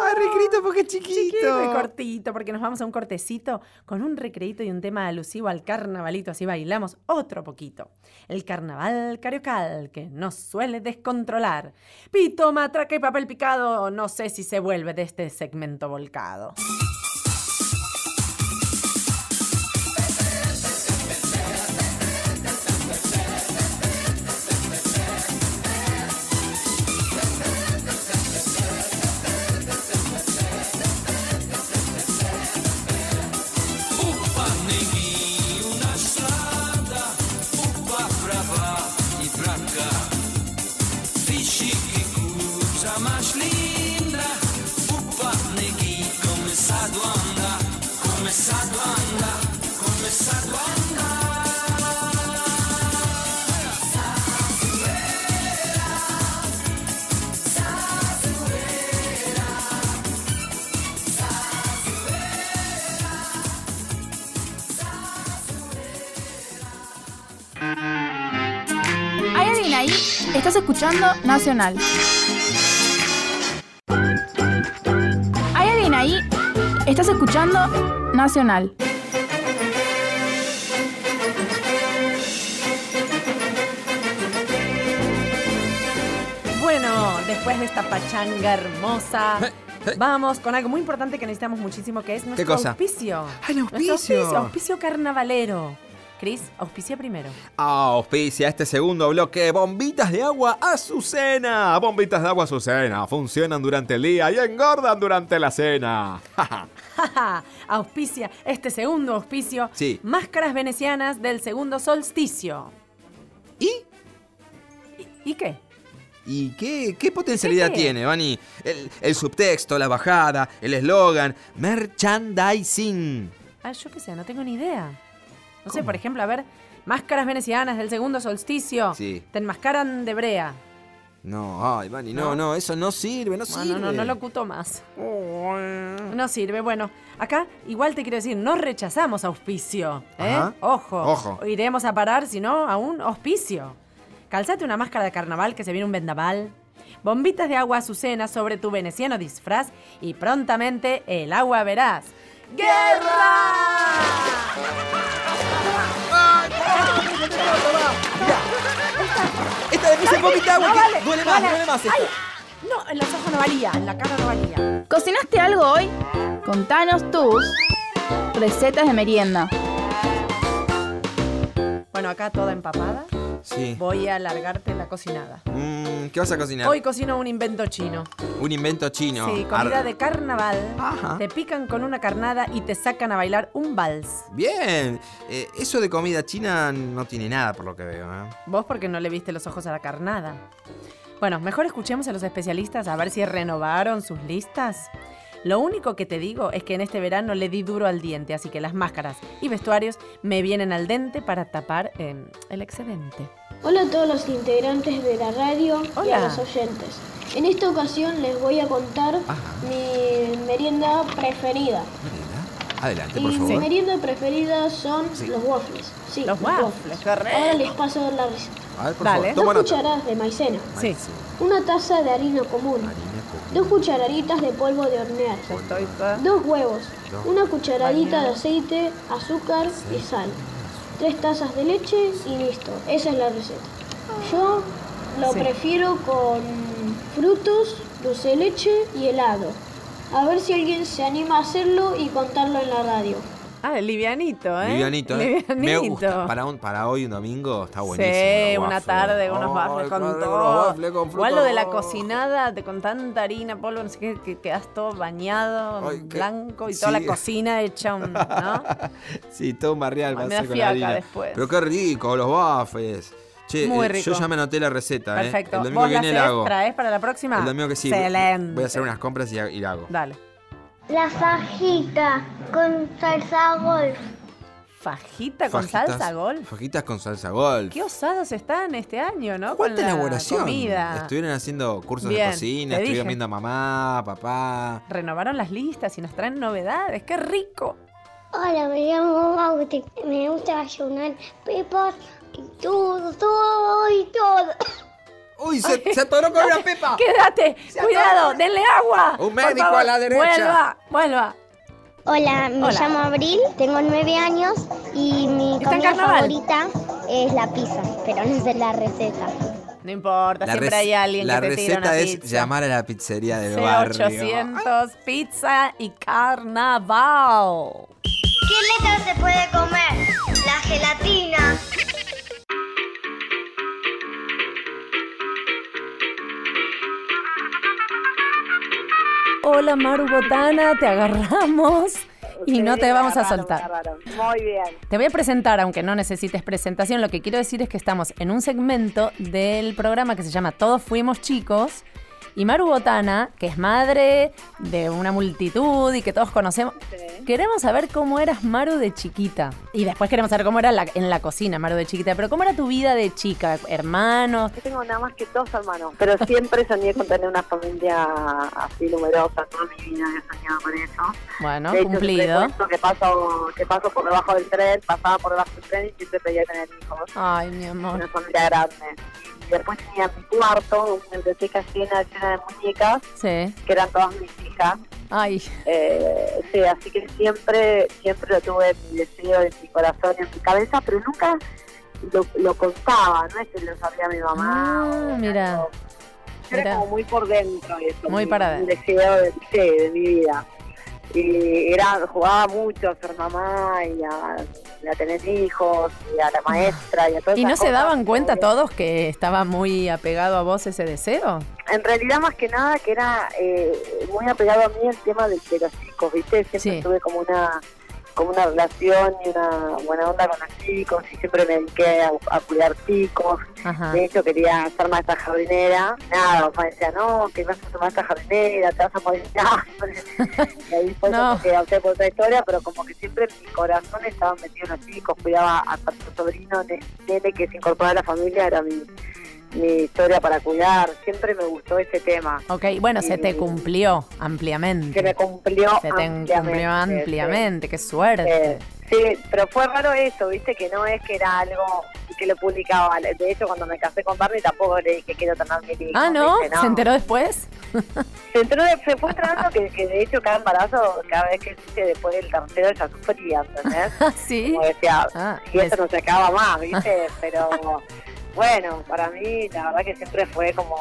S3: Ah, recreíto porque es chiquito.
S2: Chiquito y cortito, porque nos vamos a un cortecito con un recreito y un tema alusivo al carnavalito, así bailamos otro poquito. El carnaval cariocal, que nos suele descontrolar. Pito, matraca y papel picado, no sé si se vuelve de este segmento volcado.
S6: Vixe, que coisa mais linda! O Parnegui começado a andar, começado a andar, começado a andar.
S4: ¿Hay alguien ahí? Estás escuchando Nacional. ¿Hay alguien ahí? Estás escuchando Nacional.
S2: Bueno, después de esta pachanga hermosa,
S3: Eh,
S2: vamos con algo muy importante que necesitamos muchísimo, que es nuestro
S3: cosa?
S2: auspicio.
S3: ¡Al
S2: Nuestro
S3: auspicio!
S2: auspicio, auspicio carnavalero.
S10: Cris, auspicia primero.
S3: Auspicia este segundo bloque Bombitas de agua Azucena. Bombitas de agua Azucena funcionan durante el día y engordan durante la cena.
S2: Jaja, auspicia este segundo auspicio.
S3: Sí.
S2: Máscaras venecianas del segundo solsticio.
S3: ¿Y?
S2: ¿Y, qué?
S3: ¿Y qué, qué potencialidad
S2: ¿Qué?
S3: tiene, Vani? El, el subtexto, la bajada, el eslogan, merchandising.
S2: Ah, yo qué sé, no tengo ni idea. No sé, por ejemplo, a ver, máscaras venecianas del segundo solsticio.
S3: Sí.
S2: Te enmascaran de brea.
S3: No, ay, Vani, no, no,
S2: No.
S3: eso no sirve, no
S2: No,
S3: sirve.
S2: no, no, no lo cuto más. No sirve. Bueno, acá igual te quiero decir, no rechazamos auspicio. ¿eh?
S3: Ajá.
S2: Ojo.
S3: Ojo.
S2: Iremos a parar, si no, a un hospicio. Calzate una máscara de carnaval que se viene un vendaval. Bombitas de agua azucena sobre tu veneciano disfraz y prontamente el agua verás. ¡Guerra!
S3: Esta vez puse poquita agua,
S2: No
S3: que
S2: vale,
S3: duele
S2: no
S3: más,
S2: vale.
S3: duele más. esto.
S2: No, en los ojos no valía, en la cara no valía.
S4: ¿Cocinaste algo hoy? Contanos tus recetas de merienda.
S2: Bueno, acá toda empapada.
S3: Sí.
S2: Voy a alargarte la cocinada.
S3: Mm, ¿Qué vas a cocinar?
S2: Hoy cocino un invento chino.
S3: Un invento chino.
S2: Sí, comida
S3: Ar-
S2: de carnaval.
S3: Ajá.
S2: Te pican con una carnada y te sacan a bailar un vals.
S3: Bien. Eh, eso de comida china no tiene nada por lo que veo. ¿eh?
S2: Vos porque no le viste los ojos a la carnada. Bueno, mejor escuchemos a los especialistas a ver si renovaron sus listas. Lo único que te digo es que en este verano le di duro al diente, así que las máscaras y vestuarios me vienen al dente para tapar eh, el excedente.
S11: Hola a todos los integrantes de la radio y
S2: Hola.
S11: a los oyentes. En esta ocasión les voy a contar mi merienda preferida.
S3: Adelante,
S11: Y
S3: por
S11: mi
S3: favor.
S11: merienda preferida son
S3: Sí.
S11: los waffles. Sí,
S2: Los waffles, correcto.
S11: Ahora les paso la receta.
S3: A ver, por
S11: Dale.
S3: favor. Toma
S11: Dos
S3: nota.
S11: cucharadas de maicena.
S2: Sí.
S11: Una taza de harina común. Dos cucharaditas de polvo de hornear. Dos huevos.
S5: Dos.
S11: Una cucharadita de
S5: Bañado.
S11: aceite, azúcar y sal. Tres tazas de leche y listo. Esa es la receta. Yo lo
S5: Sí.
S11: prefiero con frutos, dulce de leche y helado. A ver si alguien se anima a hacerlo y contarlo en la radio.
S2: Ah, livianito, ¿eh?
S3: Livianito, ¿eh? Me
S2: Livianito.
S3: gusta. Para, un- para hoy, un domingo, está Ah, buenísimo.
S2: Sí,
S3: los
S2: una
S3: waffles.
S2: tarde, unos
S3: Ay,
S2: waffles con
S3: claro, unos
S2: todo.
S3: waffles con
S2: Igual lo
S3: fruta,
S2: de la
S3: no.
S2: cocinada, de, con tanta harina, polvo, no sé qué, que quedas todo bañado,
S3: Ay, qué-
S2: blanco y toda
S3: sí.
S2: la cocina hecha un. ¿no?
S3: Sí, todo un barrial
S2: Ay, me
S3: pasé
S2: da
S3: con
S2: fiaca
S3: harina.
S2: después.
S3: Pero qué rico, los waffles. Che,
S2: Muy
S3: eh, yo
S2: rico.
S3: ya me anoté la receta,
S2: Perfecto.
S3: ¿eh? El domingo
S2: ¿Vos
S3: que
S2: la
S3: viene la
S2: hacés?
S3: hago.
S2: traes para la próxima?
S3: El domingo que sí.
S2: Excelente.
S3: Voy a hacer unas compras y, y la hago.
S2: Dale.
S5: La fajita con salsa golf.
S2: Fajita con
S3: Fajitas-
S2: salsa golf.
S3: Fajitas con salsa golf.
S2: Qué osados están este año, ¿no?
S3: ¿Cuánta
S2: con la
S3: elaboración?
S2: Comida.
S3: Estuvieron haciendo cursos
S2: Bien,
S3: de cocina,
S2: te
S3: estuvieron
S2: dije.
S3: viendo a mamá, papá.
S2: Renovaron las listas y nos traen novedades. ¡Qué rico!
S5: Hola, me llamo Bauti. Me gusta desayunar pepas y todo, todo y todo.
S3: Uy, se, se atoró con una pepa.
S2: ¡Quédate! ¡Cuidado! ¡Denle agua!
S5: Un
S2: Por
S5: médico
S2: favor,
S5: a la derecha.
S2: ¡Vuelva! ¡Vuelva!
S5: Hola, me
S2: Hola.
S5: llamo Abril, tengo nueve años y mi
S2: Está en
S5: comida
S2: carnaval.
S5: favorita es la pizza, pero no sé la receta.
S2: No importa, siempre
S3: rec-
S2: hay alguien
S3: la
S2: que te tira una
S3: receta es
S2: pizza.
S3: llamar a la pizzería del barrio.
S2: 0800 pizza y carnaval.
S5: ¿Qué letra se puede comer? La gelatina.
S2: Hola Maru Botana, te agarramos y no te vamos a soltar.
S12: Muy bien.
S2: Te voy a presentar, aunque no necesites presentación, lo que quiero decir es que estamos en un segmento del programa que se llama Todos Fuimos Chicos. Y Maru Botana, que es madre de una multitud y que todos conocemos, queremos saber cómo eras Maru de chiquita. Y después queremos saber cómo era la- en la cocina Maru de chiquita. Pero cómo era tu vida de chica, hermanos.
S12: Yo tengo nada más que dos hermanos, pero siempre soñé con tener una familia así numerosa, toda mi vida he soñado con eso.
S2: Bueno,
S12: De hecho, siempre
S2: cumplido.
S12: cuento que paso, que paso por debajo del tren, pasaba por debajo del tren y siempre pedía tener hijos.
S2: Ay, mi amor.
S12: Una familia grande. Y después tenía mi cuarto, una biblioteca llena, llena de muñecas,
S2: Sí.
S12: que eran todas mis hijas.
S2: Ay.
S12: Eh, sí, así que siempre, siempre lo tuve en mi deseo, en mi corazón, en mi cabeza, pero nunca lo, lo contaba, no es que lo sabía mi mamá.
S2: Ah, mira.
S12: Era como muy por dentro eso.
S2: Muy
S12: mi-
S2: para
S12: mi
S2: dentro.
S12: deseo de, sí, de mi vida. y era, jugaba mucho a ser mamá y a, y a tener hijos y a la maestra y a todas
S2: Ah. ¿Y no
S12: esas
S2: se
S12: cosas. Eh,
S2: daban cuenta todos que estaba muy apegado a vos ese deseo?
S12: En realidad, más que nada, que era eh, muy apegado a mí el tema de, de los chicos, ¿viste? Siempre tuve como una como una relación y una buena onda con los chicos y siempre me dediqué a, a cuidar chicos.
S2: Ajá.
S12: De hecho, quería ser maestra jardinera. Nada, mi papá decía, no, que vas a ser maestra jardinera, te vas a morir de hambre". Y ahí fue como que opté por otra historia, pero como que siempre en mi corazón estaban metidos los chicos. Cuidaba a tu sobrino, ne- nene que se incorporaba a la familia, era mi, mi historia para cuidar. Siempre me gustó ese tema.
S2: Ok, bueno, se te
S12: Y-
S2: cumplió ampliamente.
S12: Se me cumplió
S2: Se te
S12: ampliamente,
S2: cumplió ampliamente, qué suerte.
S12: Eh, sí, pero fue raro eso, viste, que no es que era algo que lo publicaba. De hecho, cuando me casé con Barney tampoco le dije quiero tener mi hijo.
S2: ah, ¿no?
S12: ¿viste?
S2: ¿Se enteró después?
S12: Se, enteró de- se fue enterando que, que de hecho cada embarazo, cada vez que existe después del tercero ya sufría, ¿entendés?
S2: sí.
S12: Como decía,
S2: Ah,
S12: y eso no se acaba más, viste, pero bueno, para mí la verdad que siempre fue como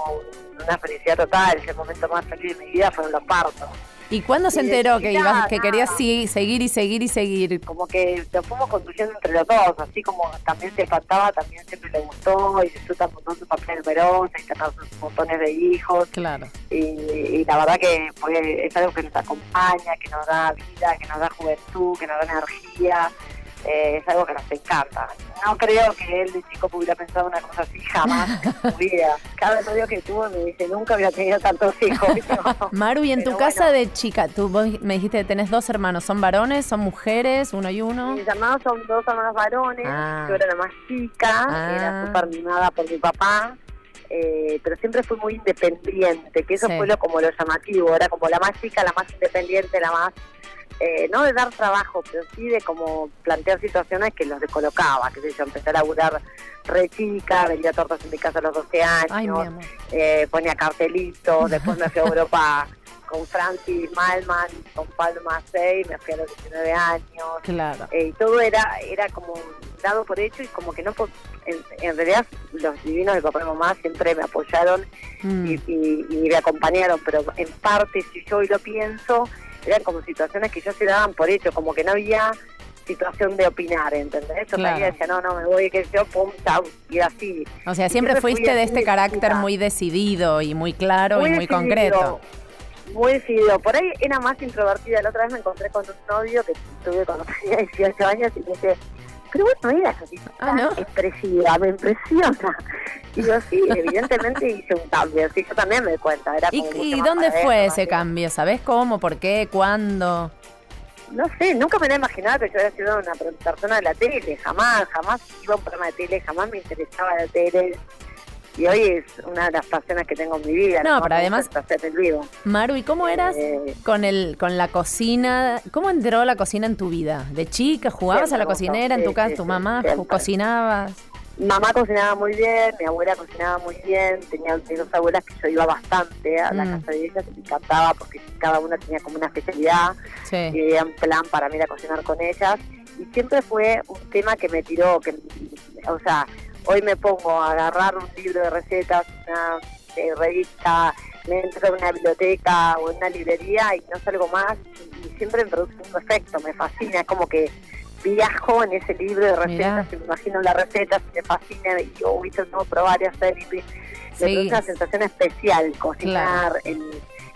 S12: una felicidad total. El momento más feliz de mi vida fueron los partos.
S2: ¿Y cuándo se
S12: Y de
S2: enteró que
S12: chica,
S2: ibas, que
S12: nada.
S2: querías sí- seguir y seguir y seguir?
S12: como que lo fuimos construyendo entre los dos, así como también se faltaba, también siempre le gustó y disfruta un montón su papel numerosa y tener sus montones de hijos.
S2: Claro.
S12: Y, y la verdad que pues, es algo que nos acompaña, que nos da vida, que nos da juventud, que nos da energía. eh, es algo que nos encanta. No creo que él de chico hubiera pensado una cosa así jamás en su vida. Cada novio que tuvo me dice, nunca hubiera tenido tantos hijos. ¿viste?
S2: Maru, y en tu
S12: Pero
S2: casa de chica, tú vos me dijiste que tenés dos hermanos, ¿son varones, son mujeres, uno y uno?
S12: Mis hermanos son dos hermanos varones,
S2: Ah.
S12: yo era la más chica,
S2: Ah.
S12: era súper mimada por mi papá, eh, pero siempre fui muy independiente, que eso
S2: Sí.
S12: fue lo, como lo llamativo, era como la más chica, la más independiente, la más, eh, no de dar trabajo, pero sí de como plantear situaciones que los descolocaba, que sé yo, empecé a laburar re chica, vendía tortas en mi casa a los 12 años,
S2: Ay, mi amor.
S12: eh, ponía cartelitos, después me fui a Europa con Francis Malman, con Pablo Macei, me fui a los 19 años,
S2: Claro.
S12: eh, y todo era era como dado por hecho y como que no po- en, en realidad los divinos de papá y mamá siempre me apoyaron
S2: Mm.
S12: y, y- y me acompañaron pero en parte si yo hoy lo pienso eran como situaciones que ya se daban por hecho como que no había situación de opinar ¿entendés? yo
S2: Claro.
S12: salía y decía no, no me voy que yo pum, chau y era así
S2: O sea,
S12: Y
S2: siempre
S12: fui
S2: fuiste de
S12: así
S2: este carácter
S12: chiquita.
S2: muy decidido y muy claro y muy
S12: decidido,
S2: concreto.
S12: Muy decidido. Por ahí era más introvertida. La otra vez me encontré con un novio que tuve cuando tenía 18 años y me dice, pero vos no eras así tan
S2: Ah,
S12: expresiva, me impresiona. Y yo sí, evidentemente hice un cambio, así yo también me di cuenta. Era
S2: ¿Y,
S12: como mucho
S2: y
S12: más
S2: dónde
S12: para
S2: fue
S12: adentro,
S2: ese cambio? ¿Sabés cómo? ¿Por qué? ¿Cuándo?
S12: no sé, nunca me lo imaginaba que yo hubiera sido una per- persona de la tele, jamás, jamás iba a un programa de tele, jamás me interesaba la tele. Y hoy es una de las pasiones que tengo en mi vida.
S2: No,
S12: lo que
S2: pero
S12: más me
S2: además-
S12: gusta es hacer el vivo.
S2: Maru, ¿y cómo eras
S12: Eh.
S2: con el con la cocina? ¿Cómo entró la cocina en tu vida? ¿De chica? ¿Jugabas
S12: Siempre
S2: a la
S12: me gustó,
S2: cocinera en
S12: sí,
S2: tu casa?
S12: sí,
S2: ¿Tu
S12: sí,
S2: mamá
S12: siempre.
S2: ju- cocinabas?
S12: mamá cocinaba muy bien, mi abuela cocinaba muy bien, tenía dos abuelas que yo iba bastante a la
S2: Mm.
S12: casa de ellas y me encantaba porque cada una tenía como una especialidad
S2: Sí.
S12: y era un plan para mí a cocinar con ellas y siempre fue un tema que me tiró, que o sea, hoy me pongo a agarrar un libro de recetas, una eh, revista, me entro en una biblioteca o en una librería y no salgo más y, y siempre me produce un efecto, me fascina, es como que viajo en ese libro de recetas, y me imagino las recetas, me fascina y yo uy, yo tengo que probar y hacer y me me produce una sensación especial cocinar, el,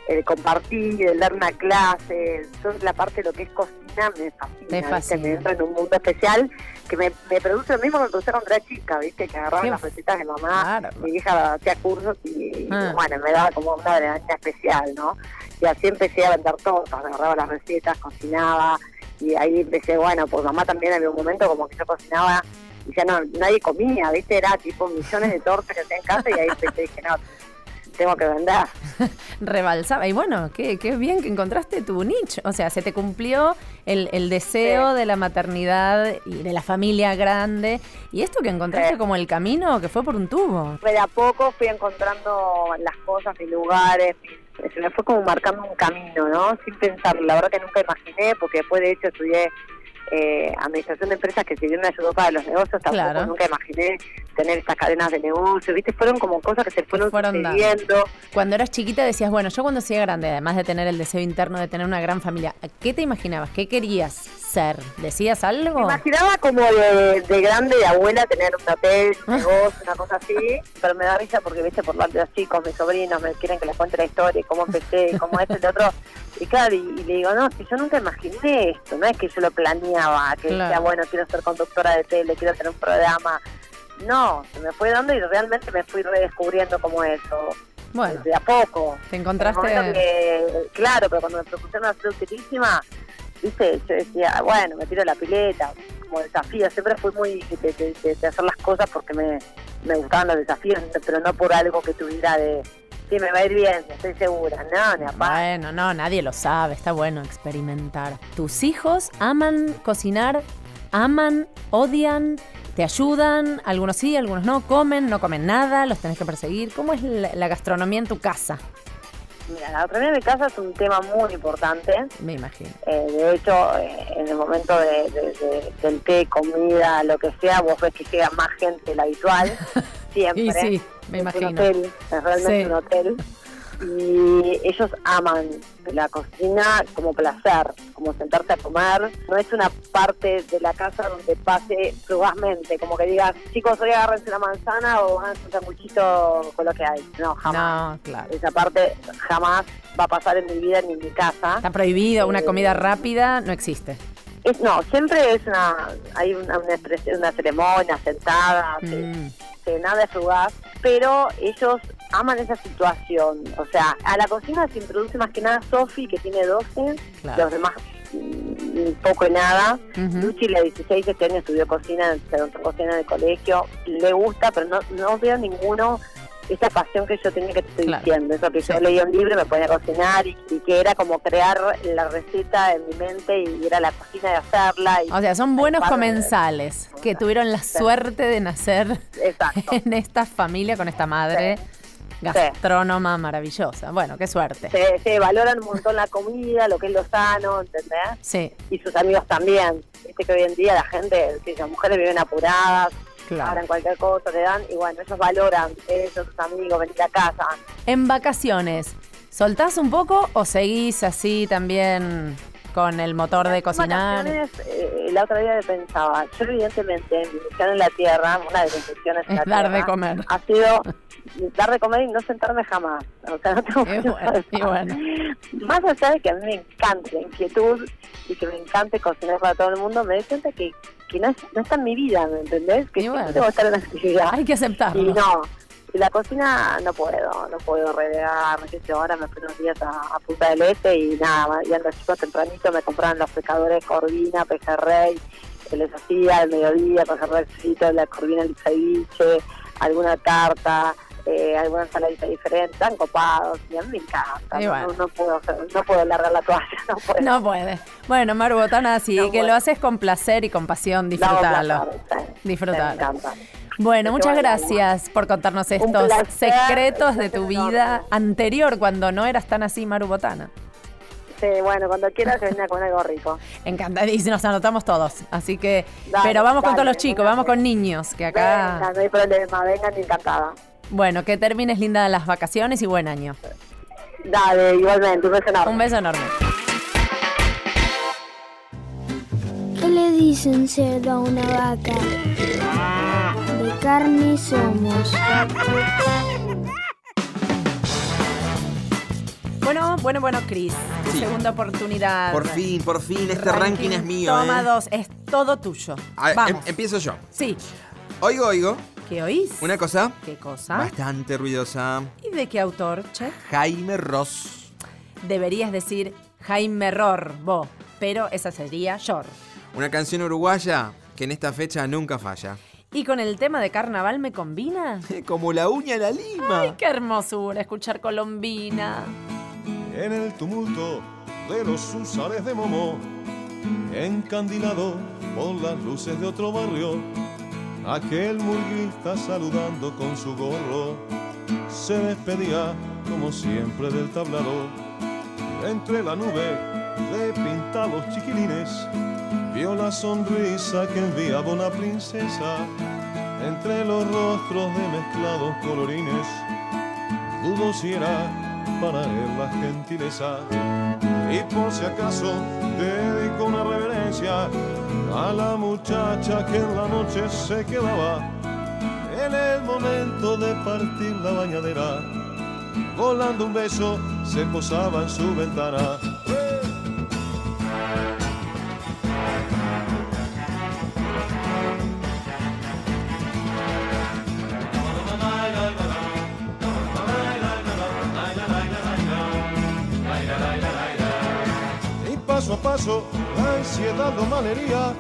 S12: el compartir, el dar una clase, toda la parte de lo que es cocina me fascina,
S2: Te
S12: ¿viste?
S2: fascina.
S12: me entra en un mundo especial que me, me produce lo mismo que me produce cuando era chica, viste, que agarraba
S2: Qué
S12: las recetas de mamá, mi hija hacía cursos y, y,
S2: Ah.
S12: bueno, me daba como una adrenalina especial, ¿no? Y así empecé a vender tortas, agarraba las recetas, cocinaba, y ahí empecé, bueno, pues mamá también había un momento como que yo cocinaba y ya no, nadie comía, ¿viste? Era tipo millones de tortas que hacía en casa y ahí empecé, dije, no, tengo que vender.
S2: Rebalsaba. Y bueno, qué, qué bien que encontraste tu nicho. O sea, se te cumplió el, el deseo de la maternidad y de la familia grande. Y esto que encontraste como el camino que fue por un tubo.
S12: Fue de a poco, fui encontrando las cosas, mis lugares, mis- se me fue como marcando un camino, ¿no? Sin pensarlo, la verdad que nunca imaginé, porque después de hecho estudié eh, administración de empresas, que si bien me ayudó para los negocios, tampoco
S2: Claro.
S12: nunca imaginé tener estas cadenas de negocio, ¿viste? Fueron como cosas que se fueron,
S2: fueron dando.
S12: sucediendo.
S2: Cuando eras chiquita decías, bueno, yo cuando sea grande, además de tener el deseo interno de tener una gran familia, ¿a ¿qué te imaginabas? ¿Qué querías ser? ¿Decías algo?
S12: Me imaginaba como de, de grande de abuela tener un hotel, un negocio, una cosa así, pero me da risa porque viste por parte de los chicos, mis sobrinos me quieren que les cuente la historia, y cómo empecé, y cómo esto y lo otro. Y claro, y, y le digo, no, si yo nunca imaginé esto, no es que yo lo planeaba, que
S13: Claro.
S12: decía, bueno, quiero ser conductora de tele, quiero tener un programa. No, se me fue dando y realmente me fui redescubriendo como eso.
S2: Bueno,
S12: De a poco.
S2: te
S12: En el momento
S2: encontraste...
S12: que- claro, pero cuando me propusieron hacer utilísima, viste, yo decía, bueno, me tiro a la pileta, como desafío. Siempre fui muy de, de- de- de hacer las cosas porque me, me gustaban los desafíos, pero no por algo que tuviera de, sí, me va a ir bien, estoy segura. No, ni a pa-
S2: Bueno, no, nadie lo sabe, está bueno experimentar. ¿Tus hijos aman cocinar? ¿Aman? ¿Odian? ¿Te ayudan? Algunos sí, algunos no. ¿Comen? ¿No comen nada? ¿Los tenés que perseguir? ¿Cómo es la, la gastronomía en tu casa?
S12: Mira, la autonomía de mi casa es un tema muy importante.
S2: Me imagino.
S12: Eh, de hecho, eh, en el momento de, de- de- del té, comida, lo que sea, vos ves que llega más gente de la habitual, siempre.
S2: Y sí, me
S12: Es un
S2: imagino.
S12: hotel, es realmente
S2: Sí.
S12: un hotel. Y ellos aman la cocina como placer, como sentarte a comer. No es una parte de la casa donde pase fugazmente, como que digas, chicos, hoy agárrense una manzana o háganse un sanguchito con lo que hay. No, jamás.
S2: No, claro.
S12: Esa parte jamás va a pasar en mi vida ni en mi casa.
S2: Está prohibido, una
S12: Eh,
S2: comida rápida no existe.
S12: es- no, siempre es una, hay una, una, especie- una ceremonia sentada, se-
S2: Mm.
S12: se- este, nada es fugaz, pero ellos aman esa situación. O sea, a la cocina se introduce más que nada Sofi, que tiene 12,
S13: Claro.
S12: los demás mm, poco y nada. Luchi, la 16, este año estudió cocina, se anotó cocina en el colegio, le gusta, pero no, no veo ninguno esa pasión que yo tenía que te estoy
S13: Claro.
S12: diciendo, eso que yo
S13: Sí.
S12: leía un libro y me ponía a cocinar y, y que era como crear la receta en mi mente y ir a la cocina y hacerla. y-
S2: O sea, son buenos
S12: Padre.
S2: comensales que tuvieron la suerte de nacer en esta familia con esta madre gastrónoma maravillosa. Bueno, qué suerte.
S12: se, se valoran un montón la comida, lo que es lo sano, ¿entendés?
S2: Sí,
S12: Y sus amigos también. Viste que hoy en día la gente, que las mujeres viven apuradas,
S2: claro.
S12: abran cualquier cosa, le dan, y bueno, ellos valoran eso, sus amigos, venir a casa.
S2: En vacaciones, ¿soltás un poco o seguís así también con el motor de cocinar?
S12: Vacaciones, eh, la otra día pensaba, yo evidentemente mi misión en la tierra, una de mis misiones en
S2: Es
S12: la
S2: dar
S12: tierra,
S2: de comer.
S12: ha sido dar de comer y no sentarme jamás. O sea, no tengo
S2: Y bueno, y bueno.
S12: Más allá de que a mí me encante la inquietud y que me encante cocinar para todo el mundo, me doy cuenta que, que no, es, no está en mi vida, ¿me entendés? Que siempre
S2: bueno.
S12: tengo que estar en actividad.
S2: Hay que aceptarlo.
S12: Y ah, no, y la cocina no puedo, no puedo regar, qué sé yo, ahora me fui unos días a, a Punta del Este y nada, y los chicos tempranito me compraban los pescadores corvina, pejerrey, que les hacía al mediodía, pejerrey frito, la corvina el ceviche, alguna tarta, eh, alguna ensaladita diferente, tan copados, y a mí me encanta,
S2: Y
S12: no-
S2: bueno.
S12: no, puedo, hacer- no puedo largar la toalla, no puedo.
S2: No puede. Bueno, Maru Botana, sí, que lo haces con placer y con pasión, disfrutalo.
S12: Me
S2: Disfrutalo.
S12: encanta.
S2: Bueno,
S12: Te
S2: muchas
S12: llevo Este la
S2: gracias por contarnos estos
S12: placer,
S2: secretos de tu vida anterior, cuando no eras tan así, Maru Botana.
S12: Sí, bueno, cuando quieras que venga con algo rico.
S2: Encantadísimo, nos anotamos todos. Así que,
S12: Dale,
S2: pero vamos con
S12: dale,
S2: todos los chicos, vamos con niños, que acá...
S12: Vengan, no hay problema, vengan encantada.
S2: Bueno, que termines linda las vacaciones y buen año.
S12: Dale, igualmente, un beso enorme.
S2: Un beso enorme.
S9: ¿Qué le dicen cerdo a una vaca? De carne somos.
S2: Bueno, bueno, bueno, Cris.
S3: Sí.
S2: Segunda oportunidad.
S3: Por fin, por fin, este ranking, es mío.
S2: Toma
S3: ¿eh?
S2: dos, es todo tuyo.
S3: A ver,
S2: Vamos.
S3: em- empiezo yo.
S2: Sí.
S3: Oigo, oigo.
S2: ¿Qué oís?
S3: Una cosa
S2: ¿Qué cosa?
S3: bastante ruidosa.
S2: ¿Y de qué autor, che?
S3: Jaime Ross.
S2: Deberías decir Jaime Ror, vos. Pero esa sería Yor.
S3: Una canción uruguaya que en esta fecha nunca falla.
S2: ¿Y con el tema de carnaval me combina?
S3: Como la uña la lima.
S2: ¡Ay, qué hermosura escuchar Colombina!
S14: En el tumulto de los susares de Momo, encandilado por las luces de otro barrio, aquel murguista saludando con su gorro, se despedía como siempre del tablado. Entre la nube de pintados chiquilines, vio la sonrisa que enviaba una princesa entre los rostros de mezclados colorines. Dudo si era para él la gentileza. Y por si acaso dedico una reverencia a la muchacha que en la noche se quedaba en el momento de partir la bañadera. Volando un beso se posaba en su ventana. Y paso a paso la ansiedad lo malhería.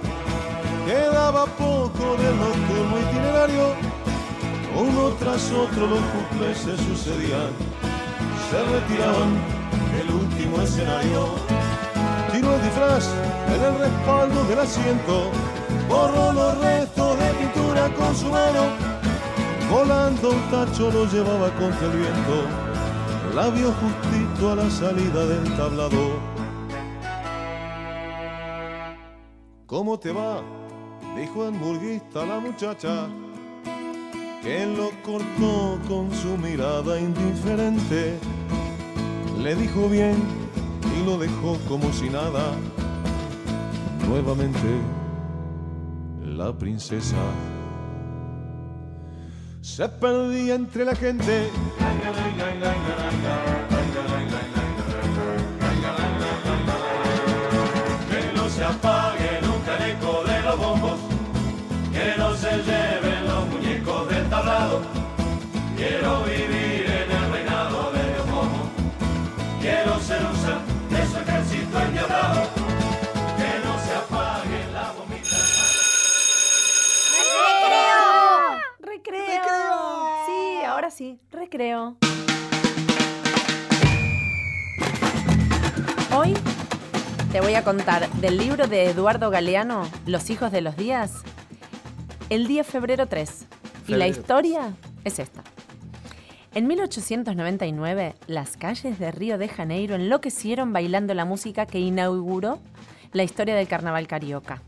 S14: Quedaba poco del nocturno itinerario. Uno tras otro los cumples se sucedían. Se retiraban el último escenario. Tiró el disfraz en el respaldo del asiento. Borró los restos de pintura con su mano. Volando un tacho lo llevaba contra el viento. La vio justito a la salida del tablado. ¿Cómo te va? Dijo el murguista a la muchacha, que lo cortó con su mirada indiferente. Le dijo bien y lo dejó como si nada. Nuevamente, la princesa se perdía entre la gente.
S6: Que no se apague nunca el eco de los bombos, que no se lleven los muñecos del tablado. Quiero vivir en el reinado de los bombos, quiero ser usa de su ejército endiablado. Que no se apague la bombita.
S2: Recreo. Sí, ahora sí, recreo. Hoy te voy a contar del libro de Eduardo Galeano, Los hijos de los días, el día febrero 3. Y
S10: Febrero.
S2: la historia es esta. En 1899, las calles de Río de Janeiro enloquecieron bailando la música que inauguró la historia del carnaval carioca.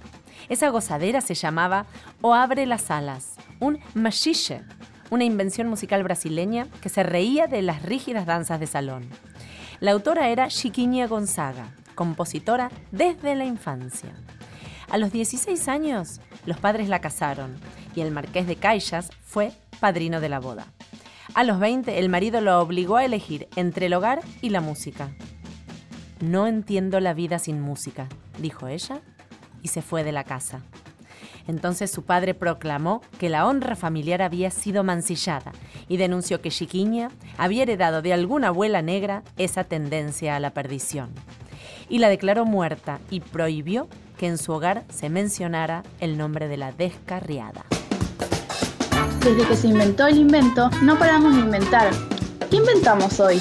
S2: Esa gozadera se llamaba O Abre las Alas, un machiche, una invención musical brasileña que se reía de las rígidas danzas de salón. La autora era Chiquinha Gonzaga, compositora desde la infancia. A los 16 años, los padres la casaron y el marqués de Caixas fue padrino de la boda. A los 20, el marido lo obligó a elegir entre el hogar y la música. No entiendo la vida sin música, dijo ella, y se fue de la casa. Entonces su padre proclamó que la honra familiar había sido mancillada y denunció que Chiquiña había heredado de alguna abuela negra esa tendencia a la perdición. Y la declaró muerta y prohibió que en su hogar se mencionara el nombre de la descarriada.
S15: Desde que se inventó el invento, no paramos de inventar. ¿Qué inventamos hoy?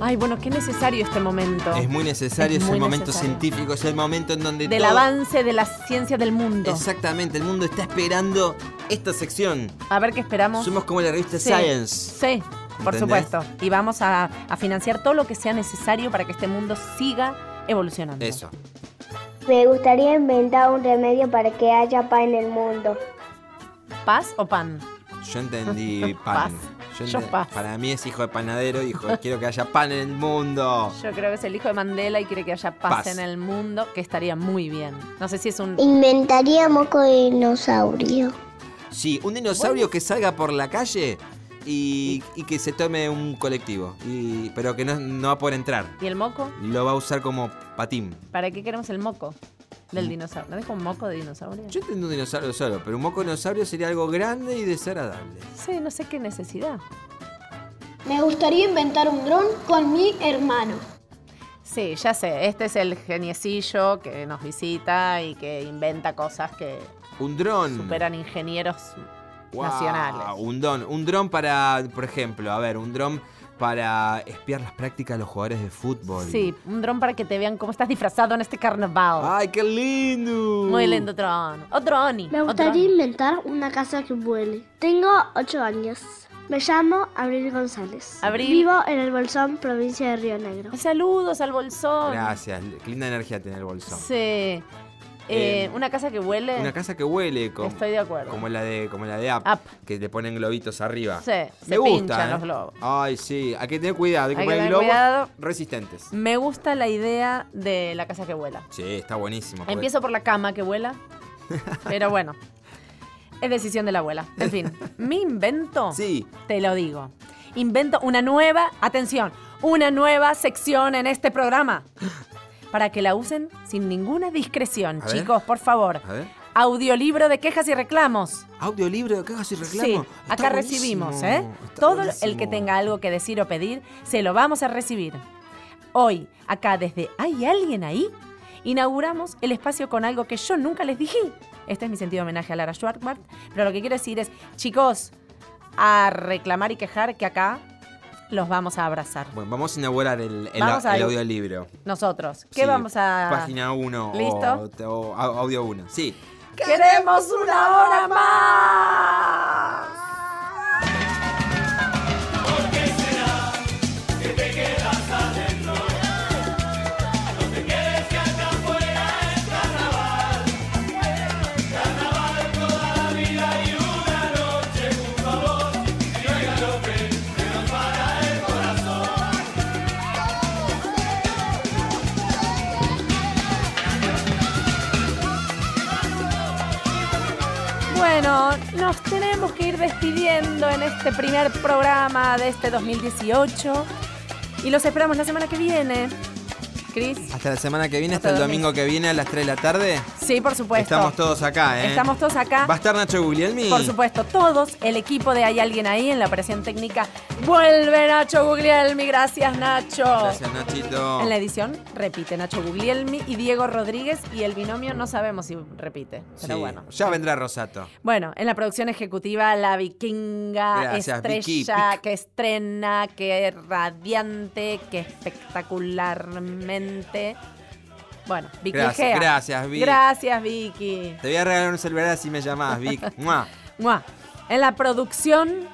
S2: Ay, bueno, qué necesario este momento.
S3: Es muy necesario, es,
S2: muy
S3: el momento
S2: necesario.
S3: científico, es el momento en donde
S2: Del
S3: todo-
S2: avance de la ciencia del mundo.
S3: Exactamente, el mundo está esperando esta sección.
S2: A ver qué esperamos.
S3: Somos como la revista
S2: Sí,
S3: Science.
S2: Sí, por
S3: ¿Entendés?
S2: supuesto. Y vamos a, a financiar todo lo que sea necesario para que este mundo siga evolucionando.
S3: Eso.
S5: Me gustaría inventar un remedio para que haya paz en el mundo.
S2: ¿Paz o pan?
S3: Yo entendí pan.
S2: Yo
S3: ente-
S2: paz.
S3: Para mí es hijo de panadero, hijo de quiero que haya pan en el mundo.
S2: Yo creo que es el hijo de Mandela y quiere que haya paz,
S3: Paz.
S2: en el mundo, que estaría muy bien. No sé si es un...
S5: Inventaríamos con dinosaurio.
S3: Sí, un dinosaurio que salga por la calle y, y que se tome un colectivo. Y, pero que no, no va a poder entrar.
S2: ¿Y el moco?
S3: Lo va a usar como patín.
S2: ¿Para qué queremos el moco del dinosaurio? ¿No dejo un moco de dinosaurio?
S3: Mm. Yo entiendo un dinosaurio solo, pero un moco dinosaurio sería algo grande y desagradable.
S2: Sí, no sé qué necesidad.
S11: Me gustaría inventar un dron con mi hermano.
S2: Sí, ya sé. Este es el geniecillo que nos visita y que inventa cosas que
S3: Un dron.
S2: superan ingenieros
S3: Guau,
S2: nacionales.
S3: Un dron. Un dron para, por ejemplo, a ver, un dron para espiar las prácticas de los jugadores de fútbol.
S2: Sí, un dron para que te vean cómo estás disfrazado en este carnaval.
S3: ¡Ay, qué lindo!
S2: Muy lindo dron. O droni.
S16: Me
S2: o
S16: gustaría
S2: dron.
S16: inventar una casa que vuele. Tengo 8 años. Me llamo Abril González.
S2: Abril.
S16: Vivo en el Bolsón, provincia de Río Negro.
S2: Saludos al bolsón.
S3: Gracias, qué linda energía tiene el bolsón.
S2: Sí. Eh,
S3: Eh,
S2: una casa que huele.
S3: Una casa que huele como,
S2: Estoy de acuerdo.
S3: como la de como la de App, que le ponen globitos arriba.
S2: Sí, se
S3: Me gusta,
S2: pinchan
S3: ¿eh?
S2: los globos.
S3: Ay, sí, hay que tener cuidado, hay que
S2: Hay que
S3: poner
S2: tener
S3: globos
S2: cuidado. Mm.
S3: resistentes.
S2: Me gusta la idea de la casa que vuela.
S3: Sí, está buenísimo. porque-
S2: Empiezo por la cama que vuela, pero bueno. Es decisión de la abuela. En fin, mi invento, te lo digo. Invento una nueva, atención, una nueva sección en este programa. Para que la usen sin ninguna discreción,
S3: A ver.
S2: chicos, por favor.
S3: A ver.
S2: Audiolibro de quejas y reclamos.
S3: Audiolibro de quejas y
S2: Sí,
S3: reclamos. Pues Está
S2: acá
S3: buenísimo,
S2: recibimos, ¿eh?
S3: está
S2: Todo el
S3: buenísimo.
S2: que tenga algo que decir o pedir, se lo vamos a recibir. Hoy, acá desde ¿Hay alguien ahí? Inauguramos el espacio con algo que yo nunca les dije. Este es mi sentido homenaje a Lara Schwartzman. Pero lo que quiero decir es, chicos, a reclamar y quejar que acá los vamos a abrazar.
S3: Bueno, vamos a inaugurar el, el-
S2: Vamos a-
S3: el audiolibro.
S2: Nosotros. ¿Qué
S3: Sí,
S2: vamos a...?
S3: Página 1
S2: ¿Listo?
S3: o, o au- audio 1. Sí.
S2: ¡Queremos una hora más! Bueno, nos tenemos que ir despidiendo en este primer programa de este 2018 y los esperamos la semana que viene. Cris,
S3: Hasta la semana que viene, hasta,
S2: Hasta
S3: el
S2: domingo.
S3: domingo que viene a las 3 de la tarde.
S2: sí, por supuesto.
S3: Estamos todos acá, ¿eh?
S2: Estamos todos acá.
S3: ¿Va a estar Nacho Guglielmi?
S2: Por supuesto, todos, el equipo de Hay Alguien Ahí en la operación técnica. Vuelve Nacho Guglielmi, gracias Nacho.
S3: Gracias, Nachito.
S2: En la edición repite Nacho Guglielmi y Diego Rodríguez y el binomio no sabemos si repite, pero
S3: Sí,
S2: bueno.
S3: Ya vendrá Rosato.
S2: Bueno, en la producción ejecutiva La Vikinga,
S3: Gracias, Vicky,
S2: estrella que estrena, que radiante, que espectacularmente. Bueno, Vicky
S3: Gracias,
S2: Egea.
S3: gracias, Vic.
S2: Gracias, Vicky.
S3: Te voy a regalar un celular si me llamás, Vic. ¡Mua!
S2: Mua. En la producción,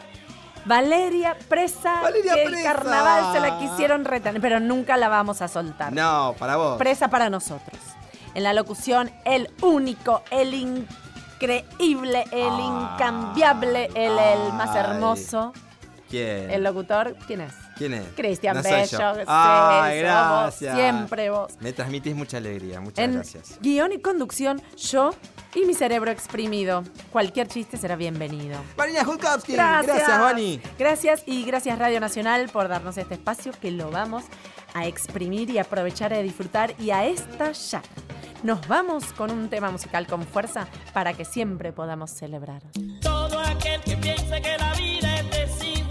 S2: Valeria Presa, que el
S7: Presa.
S2: carnaval se la quisieron retener, pero nunca la vamos a soltar.
S3: No, para vos.
S2: Presa para nosotros. En la locución, el único, el increíble, el incambiable, el, el más
S3: Ah. Ay.
S2: hermoso.
S3: ¿Quién?
S2: El locutor, ¿quién es?
S3: ¿Quién es?
S2: Cristian
S3: No soy
S2: Bello.
S3: yo.
S2: sí,
S3: Ay,
S2: sos
S3: gracias.
S2: vos, siempre vos.
S3: Me transmitís mucha alegría. Muchas
S2: en
S3: gracias.
S2: guión y conducción, yo y mi cerebro exprimido. Cualquier chiste será bienvenido.
S3: Marina Jutkowski. Gracias, Vani.
S2: Gracias y gracias Radio Nacional por darnos este espacio que lo vamos a exprimir y aprovechar a disfrutar y a estallar. Nos vamos con un tema musical con fuerza para que siempre podamos celebrar.
S13: Todo aquel que piense que la vida es decir